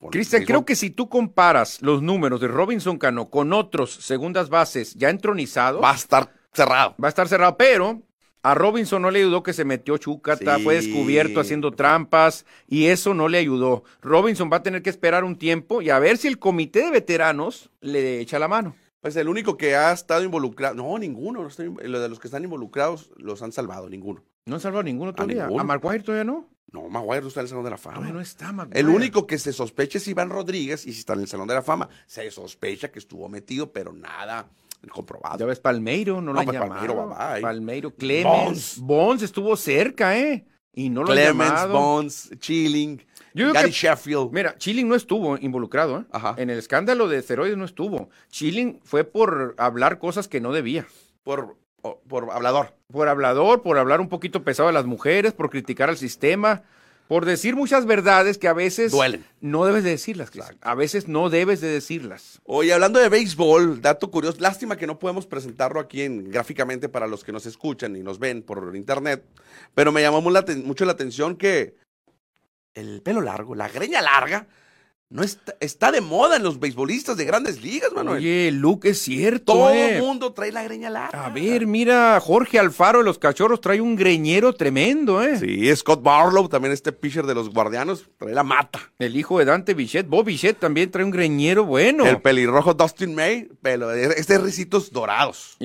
con
Cristian,
béisbol.
creo que si tú comparas los números de Robinson Cano con otros segundas bases ya entronizados,
va a estar cerrado.
va a estar cerrado, pero a Robinson no le ayudó que se metió Chucata,
Sí.
fue descubierto haciendo trampas y eso no le ayudó. Robinson va a tener que esperar un tiempo y a ver si el comité de veteranos le echa la mano.
Pues el único que ha estado involucrado, no, ninguno. no está inv- lo de los que están involucrados los han salvado, ninguno.
No han salvado a ninguno todavía.
ninguno.
A Maguire todavía no.
No, Maguire no está en el Salón de la Fama.
No, no está Ah, Maguire.
El único que se sospecha es Iván Rodríguez y si está en el Salón de la Fama. Se sospecha que estuvo metido, pero nada
Ya
comprobado.
ves, Ah, Palmeiro, no lo
No,
han
pues,
llamado.
Palmeiro, bye, bye.
Palmeiro, Clemens.
Bonds.
Bonds estuvo cerca, ¿eh? Y no lo han
Clemens,
llamado.
Bonds, Chilling,
Yo digo
Gary
que-
Sheffield.
Mira, Chilling no estuvo involucrado, ¿eh?
Ajá.
En el escándalo de esteroides no estuvo. Chilling fue por hablar cosas que no debía.
Por, o- por hablador.
Por hablador, por hablar un poquito pesado de las mujeres, por criticar al sistema, por decir muchas verdades que a veces...
Duelen.
No debes de decirlas, Cristian. A veces no debes de decirlas.
Oye, hablando de béisbol, dato curioso, lástima que no podemos presentarlo aquí en, gráficamente para los que nos escuchan y nos ven por internet, pero me llamó mu- la aten- mucho la atención que el pelo largo, la greña larga, no está, está de moda en los beisbolistas de grandes ligas, Manuel.
Oye, Luke, es cierto,
Todo
¿eh?
el mundo trae la greña larga.
A ver, mira, Jorge Alfaro de los Cachorros trae un greñero tremendo, ¿eh?
Sí, Scott Barlow, también este pitcher de los guardianos, trae la mata.
El hijo de Dante Bichette, Bob Bichette también trae un greñero bueno.
El
El,
pelirrojo Dustin May, pero este risitos dorados.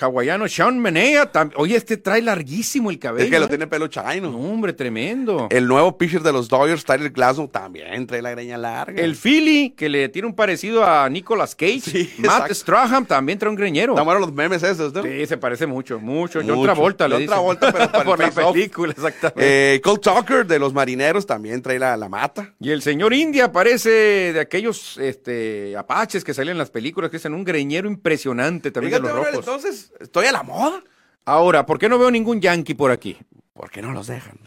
hawaiano Sean Menea también. Oye, este trae larguísimo el cabello.
Es que lo Eh,
¿eh?
tiene pelo chino.
No, hombre, tremendo. El,
El nuevo pitcher de los Dodgers, Tyler Glasnow, también trae la greña larga.
Philly, que le tiene un parecido a Nicolas Cage.
Sí,
Matt
exacto.
Strahan también trae un greñero.
Están buenos los memes esos, ¿no?
Sí, se parece mucho, mucho. Yo
Mucho.
otra vuelta le
John
dicen.
Travolta, pero para el
Por la
Face Off.
película, exactamente.
Eh, Cole Tucker de los Marineros también trae la, la mata.
Y el señor India parece de aquellos este, apaches que salen en las películas, que es un greñero impresionante también
Fíjate,
de los
Manuel,
rojos.
entonces, estoy a la moda.
Ahora, ¿por qué no veo ningún yankee por aquí?
¿Por qué no los dejan?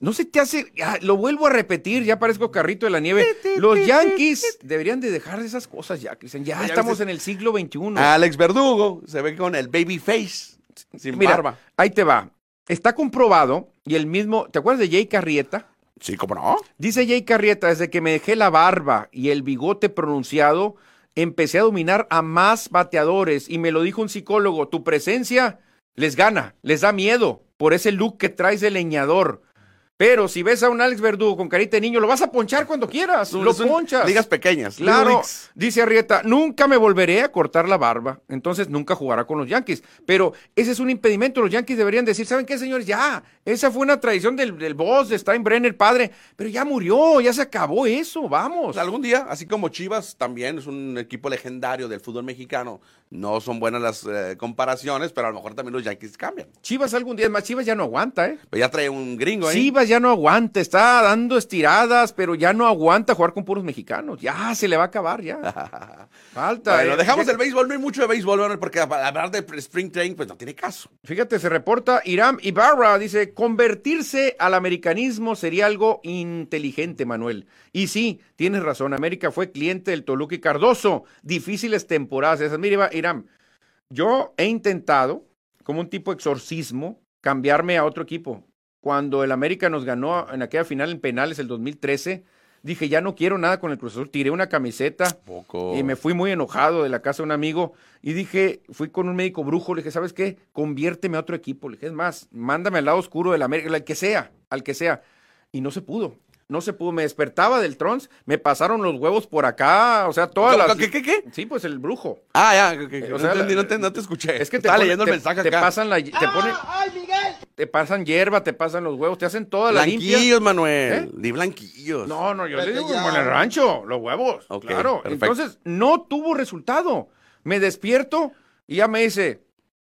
No se te hace, ah, lo vuelvo a repetir, ya parezco carrito de la nieve. Los yankees deberían de dejar de esas cosas ya, Cristian. Ya
Ya
estamos
viste-
en el siglo XXI.
Alex Verdugo se ve con el baby face, sin
Mira,
barba.
ahí te va. Está comprobado y el mismo, ¿te acuerdas de Jay Carrieta?
Sí, ¿cómo no?
Dice Jay Carrieta, desde que me dejé la barba y el bigote pronunciado, empecé a dominar a más bateadores y me lo dijo un psicólogo, tu presencia les gana, les da miedo por ese look que traes de leñador. Pero si ves a un Alex Verdugo con carita de niño, lo vas a ponchar cuando quieras, lo
Es un-
ponchas.
Ligas pequeñas. Little
Claro,
leagues.
dice Arrieta, nunca me volveré a cortar la barba, entonces nunca jugará con los Yankees. Pero ese es un impedimento, los Yankees deberían decir, ¿saben qué, señores? Ya, esa fue una tradición del, del boss de Steinbrenner, padre, pero ya murió, ya se acabó eso, vamos.
Pues algún día, así como Chivas también es un equipo legendario del fútbol mexicano, no son buenas las eh, comparaciones, pero a lo mejor también los Yankees cambian.
Chivas algún día, es más, Chivas ya no aguanta, ¿eh?
Pero ya trae un gringo ahí.
Chivas ya no aguanta, está dando estiradas, pero ya no aguanta jugar con puros mexicanos, ya se le va a acabar, ya. Falta.
Bueno,
eh.
dejamos el béisbol, no hay mucho de béisbol, Manuel, porque para hablar de Spring Training, pues no tiene caso.
Fíjate, se reporta Iram Ibarra, dice, convertirse al americanismo sería algo inteligente, Manuel. Y sí, tienes razón, América fue cliente del Toluca y Cardoso, difíciles temporadas esas. Mira, Iba- Iram, yo he intentado, como un tipo de exorcismo, cambiarme a otro equipo. Cuando el América nos ganó en aquella final en penales el 2013, Dije, ya no quiero nada con el Cruz Azul. Tiré una camiseta.
Poco.
Y me fui muy enojado de la casa de un amigo y dije, fui con un médico brujo, le dije, ¿sabes qué? Conviérteme a otro equipo, le dije, es más, mándame al lado oscuro del América, al que sea, al que sea. Y no se pudo, no se pudo, me despertaba del trons, me pasaron los huevos por acá, o sea, todas
¿Lo-
las...
lo- qué, qué, qué?
Sí, pues el brujo.
Ah, ya, que- que-
Eh,
no,
o sea,
entendí,
la-
no, te, no te escuché.
Es que te
Eh, Estaba
ponen-
leyendo el
te-
mensaje
te
acá.
pasan la... Te ponen, Te pasan hierba, te pasan los huevos, te hacen toda la limpia.
Blanquillos, Manuel.
¿Eh?
Di blanquillos.
No, no, yo
Vete
le digo
ya.
como en el rancho, los huevos.
Pues, Ok,
claro.
perfecto.
Entonces, no tuvo resultado. Me despierto y ya me dice,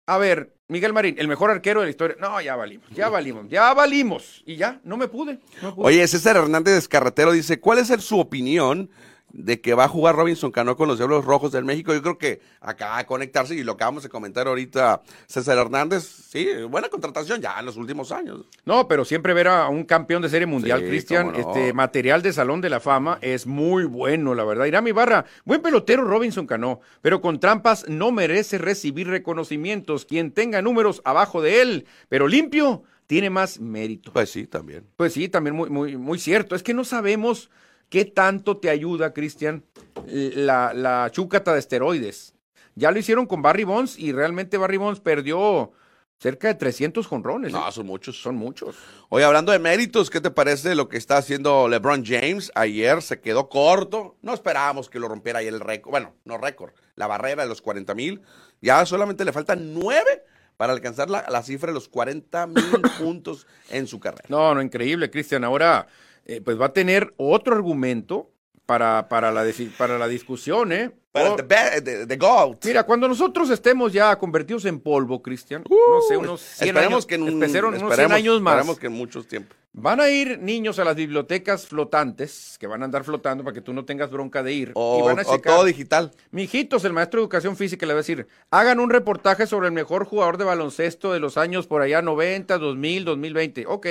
a ver, Miguel Marín, el mejor arquero de la historia. No, ya valimos, ya valimos, ya valimos. Y ya, no me pude. no pude.
Oye, César Hernández Carretero dice, ¿cuál es el- su opinión de que va a jugar Robinson Cano con los Diablos Rojos del México? Yo creo que acaba de conectarse y lo acabamos de comentar ahorita César Hernández. Sí, buena contratación ya en los últimos años.
No, pero siempre ver a un campeón de serie mundial,
Sí,
Cristian,
cómo no.
este material de Salón de la Fama es muy bueno, la verdad. Irami Barra, buen pelotero Robinson Cano, pero con trampas no merece recibir reconocimientos. Quien tenga números abajo de él, pero limpio, tiene más mérito.
Pues sí, también.
Pues sí, también muy, muy, muy cierto. Es que no sabemos qué tanto te ayuda, Cristian, la, la chúcata de esteroides. Ya lo hicieron con Barry Bonds y realmente Barry Bonds perdió cerca de 300 jonrones.
No,
¿eh?
son muchos.
Son muchos.
Oye, hablando de méritos, ¿qué te parece lo que está haciendo LeBron James? Ayer se quedó corto. No esperábamos que lo rompiera ayer el récord. Bueno, no récord, la barrera de los 40 mil. Ya solamente le faltan nueve para alcanzar la, la cifra de los 40 mil puntos en su carrera.
No, no, increíble, Cristian. Ahora, eh, pues va a tener otro argumento para, para, la, deci- para la discusión, ¿eh?
Para
O-
Oh, the, be- the- the GOAT.
Mira, cuando nosotros estemos ya convertidos en polvo, Cristian, no sé, unos 100
Uh. esperemos
años,
que en un,
esperaron unos 100
esperemos-
años más.
Esperemos que en muchos tiempos.
Van a ir niños a las bibliotecas flotantes, que van a andar flotando para que tú no tengas bronca de ir.
O,
y van a
o Oh, todo
checar.
digital.
Mijitos, el maestro de educación física le va a decir, hagan un reportaje sobre el mejor jugador de baloncesto de los años por allá 90, 2000, 2020. Ok.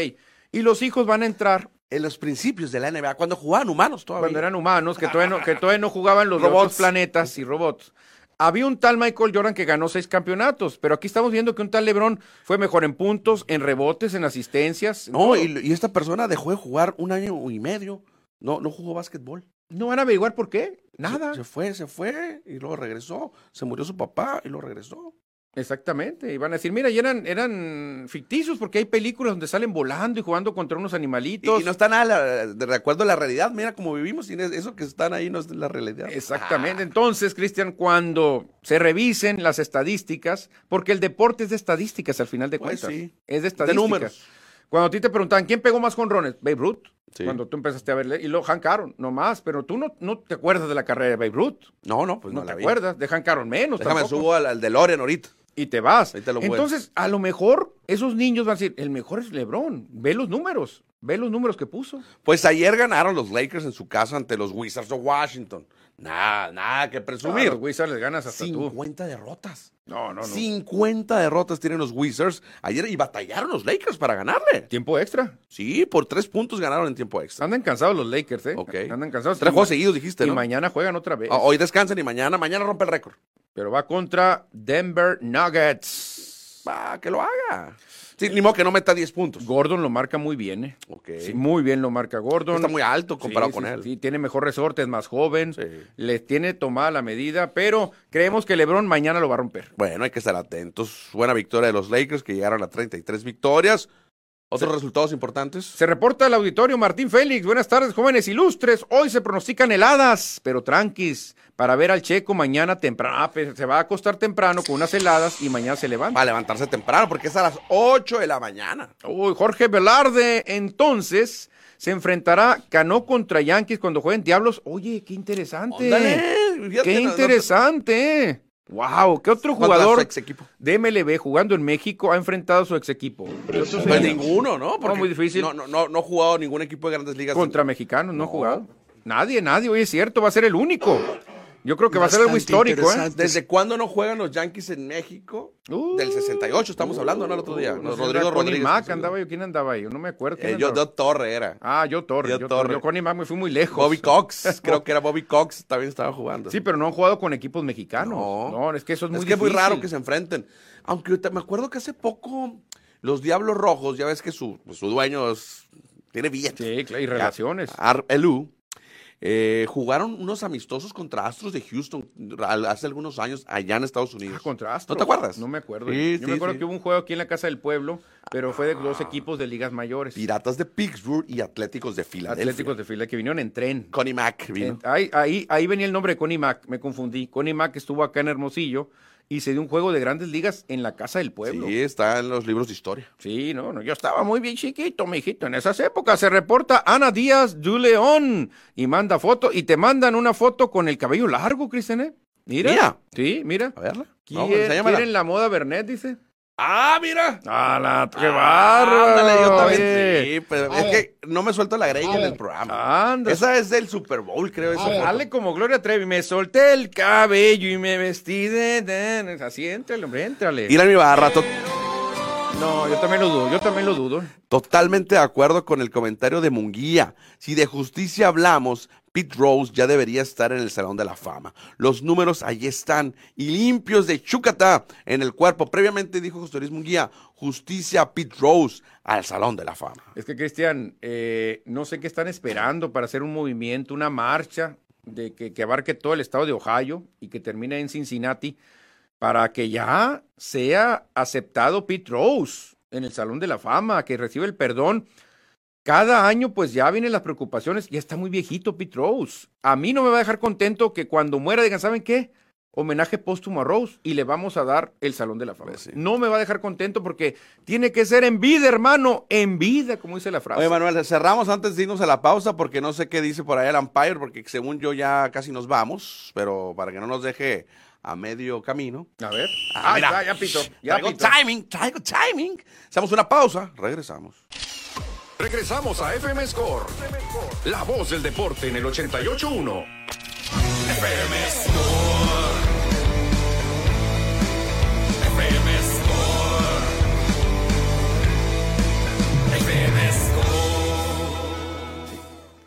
Y los hijos van a entrar
En los principios de la NBA, cuando jugaban humanos todavía.
cuando eran humanos, que todavía no, que todavía no jugaban los
Robots.
robots. planetas y robots. Había un tal Michael Jordan que ganó seis campeonatos, pero aquí estamos viendo que un tal LeBron fue mejor en puntos, en rebotes, en asistencias. en
no,
todo.
y, y esta persona dejó de jugar un año y medio. No, no jugó básquetbol.
no van a averiguar por qué. Nada.
Se, se fue, se fue y luego regresó. Se murió su papá y lo regresó.
Exactamente, y van a decir, mira, y eran, eran ficticios porque hay películas donde salen volando y jugando contra unos
Y, y
animalitos.
no está nada la- de acuerdo a la realidad. Mira cómo vivimos y eso que están ahí no es la realidad. Ah.
Exactamente, entonces, Cristian, cuando se revisen las estadísticas, porque el deporte es de estadísticas al final de
Pues
cuentas,
sí.
es de
De
estadísticas.
números.
Cuando a ti te preguntaban, ¿quién pegó más jonrones? Babe Ruth,
Sí.
cuando tú empezaste a verle, y luego Hank Aaron, no más, pero tú no, no te acuerdas de la carrera de Babe Ruth,
No, no, pues
no,
no,
te
la vi.
acuerdas, de Hank Aaron menos.
Déjame
tampoco.
subo al, al DeLorean ahorita.
y te vas.
Ahí te lo puedes.
Entonces, a lo mejor esos niños van a decir, el mejor es Lebrón, ve los números, ve los números que puso.
Pues ayer ganaron los Lakers en su casa ante los Wizards of Washington. Nada, nada que
Subir.
presumir.
los Wizards les ganas hasta tú.
50 derrotas.
No, no, no.
50 derrotas tienen los Wizards ayer y batallaron los Lakers para ganarle.
Tiempo extra.
Sí, por tres puntos ganaron en tiempo extra.
Andan cansados los Lakers, ¿eh?
Ok.
Andan cansados.
Tres
Y-
juegos seguidos dijiste,
Y
¿no?
mañana juegan otra vez.
Ah, Hoy descansan y mañana, mañana rompe el récord.
Pero va contra Denver Nuggets.
Va, que lo haga. Sí, ni modo que no meta 10 puntos.
Gordon lo marca muy bien, ¿eh?
Ok.
Sí, muy bien lo marca Gordon.
Está muy alto comparado
Sí,
con
sí,
él.
Sí, tiene mejor resorte, es más joven.
Sí.
Les tiene tomada la medida, pero creemos que Lebron mañana lo va a romper.
Bueno, hay que estar atentos. Buena victoria de los Lakers que llegaron a 33 victorias. Otros resultados importantes.
Se reporta al auditorio Martín Félix. Buenas tardes, jóvenes ilustres. Hoy se pronostican heladas, pero tranquis, para ver al Checo mañana temprano. Ah, pues, se va a acostar temprano con unas heladas y mañana se levanta.
Va a levantarse temprano porque es a las 8 de la mañana.
Uy, Jorge Velarde, entonces se enfrentará Cano contra Yankees cuando jueguen Diablos. Oye, qué interesante.
Ándale, fíjate,
Qué
no- no-
interesante. Wow, ¿qué otro
¿Cuántos
jugador
ex equipo?
de MLB jugando en México ha enfrentado a su ex equipo? ¿Qué otro
Pues
sería?
ninguno, ¿no? Porque
muy difícil.
No, no, no, no ha jugado ningún equipo de grandes ligas.
Contra mexicanos, no, ha
No.
jugado. Nadie, nadie, oye, es cierto, va a ser el único. Yo creo que va a ser algo
Bastante
histórico, ¿eh?
interesante.
¿Desde cuándo no juegan los Yankees en México?
Uh,
Del 68 estamos hablando, ¿no? El otro día.
Uh,
No,
no sé,
Rodrigo
era Connie
Rodríguez.
Mack andaba yo, ¿quién andaba yo? No me acuerdo.
Eh,
quién
yo,
andaba.
Yo Torre era.
Ah, yo Torres.
Yo
Yo, Torres.
Torre.
Yo Connie Mack me fui muy lejos.
Bobby Cox, creo que era Bobby Cox, también estaba jugando.
Sí, pero no han jugado con equipos mexicanos. No,
No.
es que eso es muy
es que es muy
difícil.
raro que se enfrenten. Aunque ahorita- me acuerdo que hace poco los Diablos Rojos, ya ves que su, pues, su dueño es- tiene billetes.
Sí, claro, y relaciones.
Ar- Elú Eh, jugaron unos amistosos contra Astros de Houston al- hace algunos años allá en Estados Unidos.
Ah, contra Astros.
¿No te acuerdas?
No me acuerdo.
Sí,
Yo me
sí,
acuerdo
sí. Ah.
que hubo un juego aquí en la Casa del Pueblo, pero fue de dos equipos de ligas mayores.
Piratas de Pittsburgh y Atléticos de Filadelfia.
Atléticos de Fila que vinieron en tren.
Connie Mack vino.
En- ahí, ahí, ahí venía el nombre de Connie Mack, me confundí. Connie Mack estuvo acá en Hermosillo y se dio un juego de grandes ligas en la Casa del Pueblo.
Sí, está en los libros de historia.
Sí, no, no, yo estaba muy bien chiquito, mijito. En esas épocas se reporta Ana Díaz du León y manda foto y te mandan una foto con el cabello largo, Cristian. ¿eh? Mira.
Mira.
Sí, mira.
A verla. No,
¿Quieren,
pues, enséñamela.
quieren la moda Bernet, dice?
Ah, mira.
¡Ah, la, qué
Ándale, yo
bárbaro!
también.
oye.
Sí, pues, pero
A
es
ver.
que no me suelto la greña en
ver.
el programa.
Anda.
Esa es del Super Bowl, creo. esa foto.
Dale pues, como Gloria Trevi, me solté el cabello y me vestí de... de- Así, éntrale, hombre, éntrale.
Ir a mi barra, to-
No, yo también lo dudo, yo también lo dudo.
totalmente de acuerdo con el comentario de Munguía. Si de justicia hablamos, Pete Rose ya debería estar en el Salón de la Fama. Los números allí están y limpios de Chucatá en el cuerpo. Previamente dijo José Luis Munguía, justicia a Pete Rose al Salón de la Fama.
Es que, Cristian, eh, no sé qué están esperando para hacer un movimiento, una marcha de que, que abarque todo el estado de Ohio y que termine en Cincinnati para que ya sea aceptado Pete Rose en el Salón de la Fama, que recibe el perdón. Cada año, pues ya vienen las preocupaciones. Ya está muy viejito Pete Rose. A mí no me va a dejar contento que cuando muera digan, ¿saben qué? Homenaje póstumo a Rose y le vamos a dar el Salón de la Fama.
Pues sí.
No me va a dejar contento porque tiene que ser en vida, hermano, en vida, como dice la frase.
Oye, Manuel, cerramos antes de irnos a la pausa porque no sé qué dice por ahí el umpire, porque según yo ya casi nos vamos, pero para que no nos deje a medio camino.
a ver.
Ah,
Ah,
mira.
ya, ya pito. Ya
traigo
pito.
timing, traigo timing. Hacemos una pausa, regresamos.
Regresamos a FM Score. La voz del deporte en el 88.1. FM Score. FM Score. FM Score.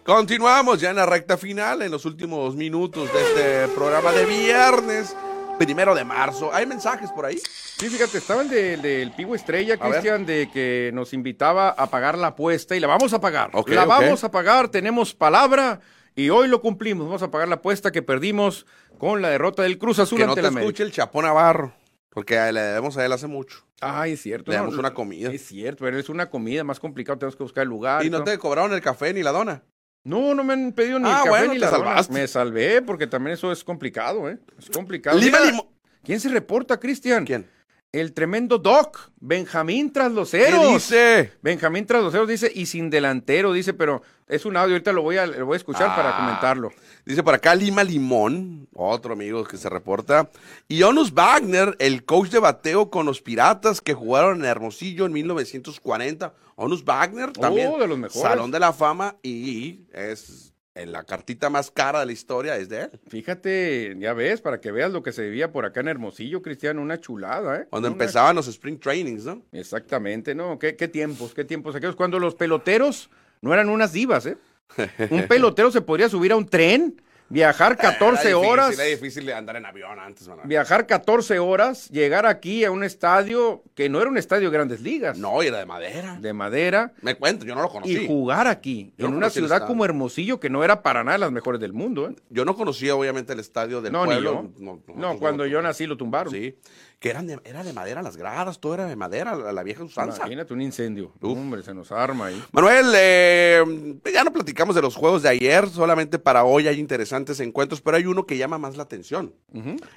Continuamos ya en la recta final, en los últimos minutos de este programa de viernes, primero de marzo. ¿Hay mensajes por ahí?
Sí, fíjate, estaba el de- el del Pivo Estrella,
ver.
Cristian, de que nos invitaba a pagar la apuesta y la vamos a pagar.
Ok,
la
ok.
vamos a pagar, tenemos palabra y hoy lo cumplimos. Vamos a pagar la apuesta que perdimos con la derrota del Cruz Azul
Que no
ante
te
la América.
escuche el Chapón Navarro, porque le debemos a él hace mucho.
Ay, es cierto.
Le damos una comida.
Es cierto, pero es una comida más complicado, tenemos que buscar el lugar.
Y no
todo.
te cobraron el café ni la dona.
no, no me han pedido ni el
Ah,
café
bueno,
ni
te
la dona.
salvaste.
Me salvé porque también eso es complicado, ¿eh? Es complicado.
Lima
Mira,
limo-
¿Quién se reporta, Cristian?
¿Quién?
El tremendo Doc, Benjamín
¿Qué
Trasloceros.
dice?
Benjamín Trasloceros dice, y sin delantero, dice, pero es un audio, ahorita lo voy a, lo voy a escuchar para
Ah.
comentarlo.
Dice por acá Lima Limón, otro amigo que se reporta. Y Onus Wagner, el coach de bateo con los piratas que jugaron en Hermosillo en 1940. Onus Wagner también.
Oh, de los mejores.
Salón de la Fama y es en la cartita más cara de la historia, es de él.
Fíjate, ya ves, para que veas lo que se vivía por acá en Hermosillo, Cristian, una chulada, ¿eh?
Cuando
Una-
empezaban los spring trainings, ¿no?
Exactamente, ¿no? ¿Qué, qué tiempos, qué tiempos aquellos, cuando los peloteros no eran unas divas, ¿eh? Un pelotero se podría subir a un tren, viajar 14
Ah, Era difícil,
horas.
Era difícil de andar en avión antes, Manuel.
Viajar 14 horas, llegar aquí a un estadio que no era un estadio de grandes ligas,
No, y era de madera.
de madera,
Me cuento, yo no lo
y
conocí.
jugar aquí,
Yo
en
no
una
conocí el
ciudad
estadio.
como Hermosillo, que no era para nada las mejores del mundo. ¿eh?
Yo no conocía, obviamente, el estadio del
No, ni yo.
pueblo.
No, cuando yo
nací
nací lo tumbaron.
Sí, que eran de, era de madera las gradas, todo era de madera, la, la vieja usanza.
Imagínate un incendio.
Uf.
Hombre, se nos arma ahí.
Manuel, eh, ya no platicamos de los juegos de ayer, solamente para hoy hay interesantes encuentros, pero hay uno que llama más la atención.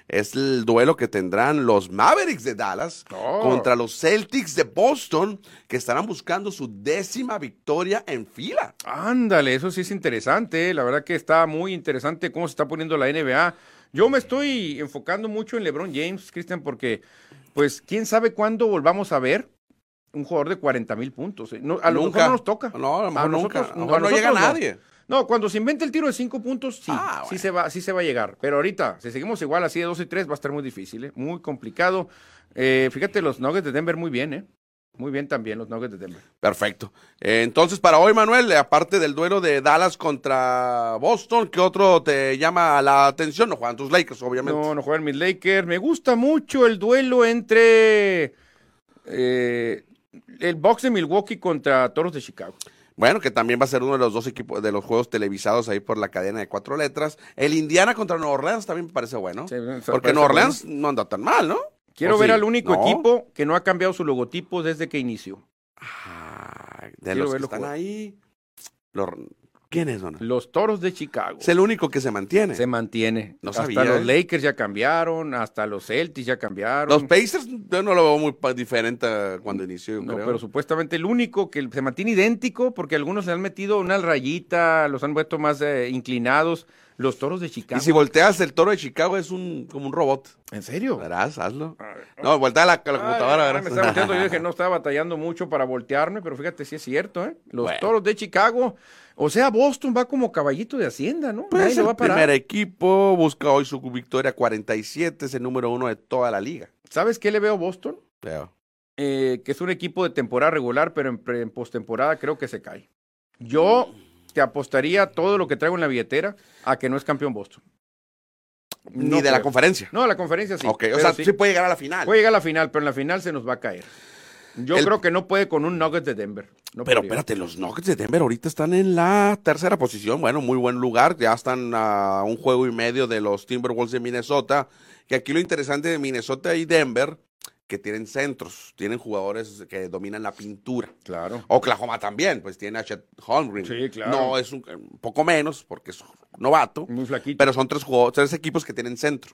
Es el duelo que tendrán los Mavericks de Dallas
Oh.
contra los Celtics de Boston, que estarán buscando su décima victoria en fila.
Ándale, eso sí es interesante. eh. La verdad que está muy interesante cómo se está poniendo la NBA. Yo me estoy enfocando mucho en LeBron James, Cristian, porque, pues, quién sabe cuándo volvamos a ver un jugador de 40 mil puntos. eh. No, a lo mejor
Nunca.
no nos toca.
No, a lo mejor nunca. A lo mejor no
nosotros
llega nadie.
No, cuando se invente el tiro de cinco puntos, sí,
Ah,
sí,
bueno.
se va, sí se va a llegar. Pero ahorita, si seguimos igual así de 2 y 3, va a estar muy difícil, ¿eh? muy complicado. Eh, fíjate, los Nuggets de Denver muy bien, ¿eh? Muy bien también los Nuggets de Denver.
Perfecto. Eh, entonces, para hoy, Manuel, eh, aparte del duelo de Dallas contra Boston, ¿qué otro te llama la atención? No juegan tus Lakers, obviamente.
No, no juegan mis Lakers. Me gusta mucho el duelo entre eh, el box de Milwaukee contra Toros de Chicago.
Bueno, que también va a ser uno de los dos equipos de los juegos televisados ahí por la cadena de cuatro letras. El Indiana contra Nueva Orleans también me parece bueno.
Sí, me
porque
parece
Nueva Orleans no anda tan mal, ¿no?
Quiero
¿O
ver
sí?
al único
No.
equipo que no ha cambiado su logotipo desde que inició.
Ah, de
Quiero
los que
verlo
están
jugar.
ahí. Los- ¿Quién es, Donald?
Los Toros de Chicago.
Es el único que se mantiene.
Se mantiene.
No
hasta
sabía,
los
¿eh?
Lakers ya cambiaron, hasta los Celtics ya cambiaron.
Los Pacers yo no lo veo muy pa- diferente a cuando inició, yo
No,
creo.
pero supuestamente el único que se mantiene idéntico, porque algunos le han metido una rayita, los han vuelto más eh, inclinados, los toros de Chicago.
y si volteas el toro de Chicago es un como un robot.
¿En serio?
Verás, hazlo. No, voltea la, la
Ay,
computadora,
ahora
verás.
me estaba volteando, yo dije, no estaba batallando mucho para voltearme, pero fíjate si es cierto, ¿eh? Los
Bueno.
toros de Chicago, o sea, Boston va como caballito de hacienda, ¿no?
Pues
Nadie
es
le
el
va a parar.
primer equipo, busca hoy su victoria 47, es el número uno de toda la liga.
¿Sabes qué le veo a Boston?
Creo.
eh, que es un equipo de temporada regular, pero en, pre- en postemporada creo que se cae. Yo te apostaría todo lo que traigo en la billetera a que no es campeón Boston.
Ni
No
de la
creo.
conferencia.
No, la conferencia sí.
ok, o
pero
sea, sí.
sí.
puede llegar a la final.
puede llegar a la final, pero en la final se nos va a caer. Yo
El-
creo que no puede con un Nuggets de Denver. No
Pero
podría.
espérate, los Nuggets de Denver ahorita están en la tercera posición. Bueno, muy buen lugar. Ya están a un juego y medio de los Timberwolves de Minnesota. Que aquí lo interesante de Minnesota y Denver, que tienen centros, tienen jugadores que dominan la pintura.
Claro.
Oklahoma también, pues tiene a Chet Holmgren.
Sí, claro.
No, es un un poco menos, porque es novato.
Muy flaquito.
Pero son tres, jugadores, tres equipos que tienen centro.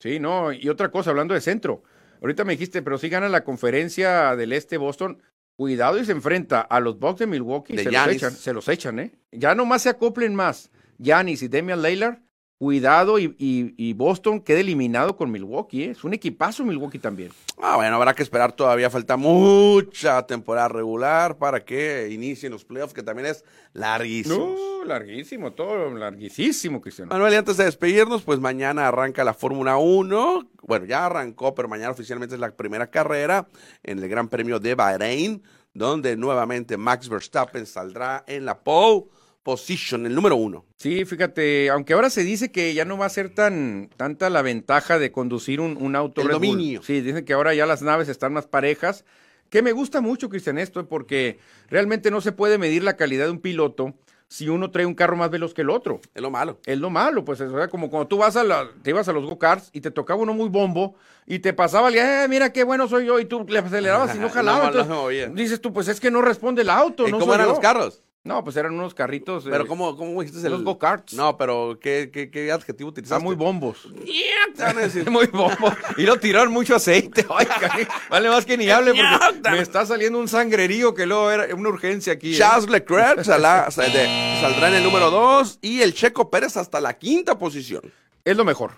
Sí, no, y otra cosa, hablando de centro. Ahorita me dijiste, pero si gana la conferencia del este Boston, cuidado y se enfrenta a los Bucks de Milwaukee,
De
se
Giannis.
los echan, se los echan, ¿eh? Ya nomás se acoplen más. Giannis y Damian Lillard, cuidado y, y- y Boston queda eliminado con Milwaukee, ¿eh? Es un equipazo Milwaukee también.
Ah, bueno, habrá que esperar todavía. Falta mucha temporada regular para que inicien los playoffs, que también es larguísimo.
No, larguísimo, todo larguísimo, Cristiano.
Manuel, y antes de despedirnos, pues mañana arranca la Fórmula 1. Bueno, ya arrancó, pero mañana oficialmente es la primera carrera en el Gran Premio de Bahrein, donde nuevamente Max Verstappen saldrá en la pole position, el número uno.
Sí, fíjate, aunque ahora se dice que ya no va a ser tan tanta la ventaja de conducir un, un auto
El
Red Bull.
dominio.
Sí, dicen que ahora ya las naves están más parejas, que me gusta mucho, Cristian, esto, porque realmente no se puede medir la calidad de un piloto si uno trae un carro más veloz que el otro.
Es lo malo.
Es lo malo, pues, o sea, como cuando tú vas a la, te ibas a los go-karts y te tocaba uno muy bombo y te pasaba el, eh, mira qué bueno soy yo, y tú le acelerabas y no
No,
jalaba.
no,
entonces,
no, oye.
dices tú, pues es que no responde el auto,
¿Y
no
Eh, cómo
soy
eran
yo.
los carros?
No, pues eran unos carritos. eh,
Pero ¿cómo, cómo dijiste el...?
los go-karts.
No, pero ¿qué, qué, qué adjetivo
está
utilizaste?
muy bombos.
Te van a decir,
Muy bombo. Y lo tiraron mucho aceite. Ay, cari- vale más que ni hable porque me está saliendo un sangrerío que luego era una urgencia aquí. ¿eh?
Charles Leclerc saldrá, sal- de- saldrá en el número dos y el Checo Pérez hasta la quinta posición.
Es lo mejor.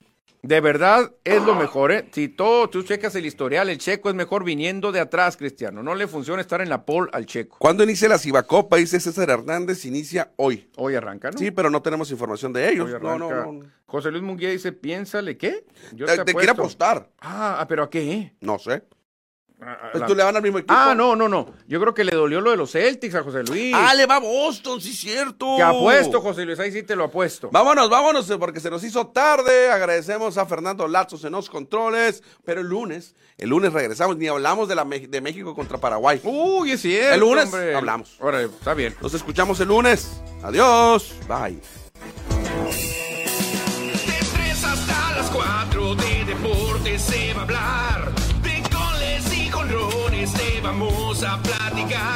De verdad, es lo mejor, ¿eh? Si todo, tú checas el historial, el checo es mejor viniendo de atrás, Cristiano. No le funciona estar en la pole al checo.
¿Cuándo inicia la Cibacopa? Dice César Hernández, inicia hoy.
Hoy arranca, ¿no?
Sí, pero no tenemos información de ellos.
Hoy
No,
arranca.
no, no.
José Luis Munguía dice, piénsale, ¿qué? Yo
Te, te quiere
apuesto".
apostar.
Ah, ah, ¿pero a qué?
No sé.
A- a
Pues
la-
tú le van al mismo equipo.
Ah, no, no, no. Yo creo que le dolió lo de los Celtics a José Luis.
Ah, le va a Boston, sí, cierto.
Te apuesto, José Luis, ahí sí te lo apuesto.
Vámonos, vámonos, eh, porque se nos hizo tarde. Agradecemos a Fernando Lazos en los controles. Pero el lunes, el lunes regresamos, ni hablamos de, la, Mex- de México contra Paraguay.
Uy, es cierto.
El lunes
hombre.
hablamos.
Órale, está bien.
Nos escuchamos el lunes. Adiós. Bye.
De 3 hasta las 4 de deporte se va a hablar. De goles y colores te vamos a platicar.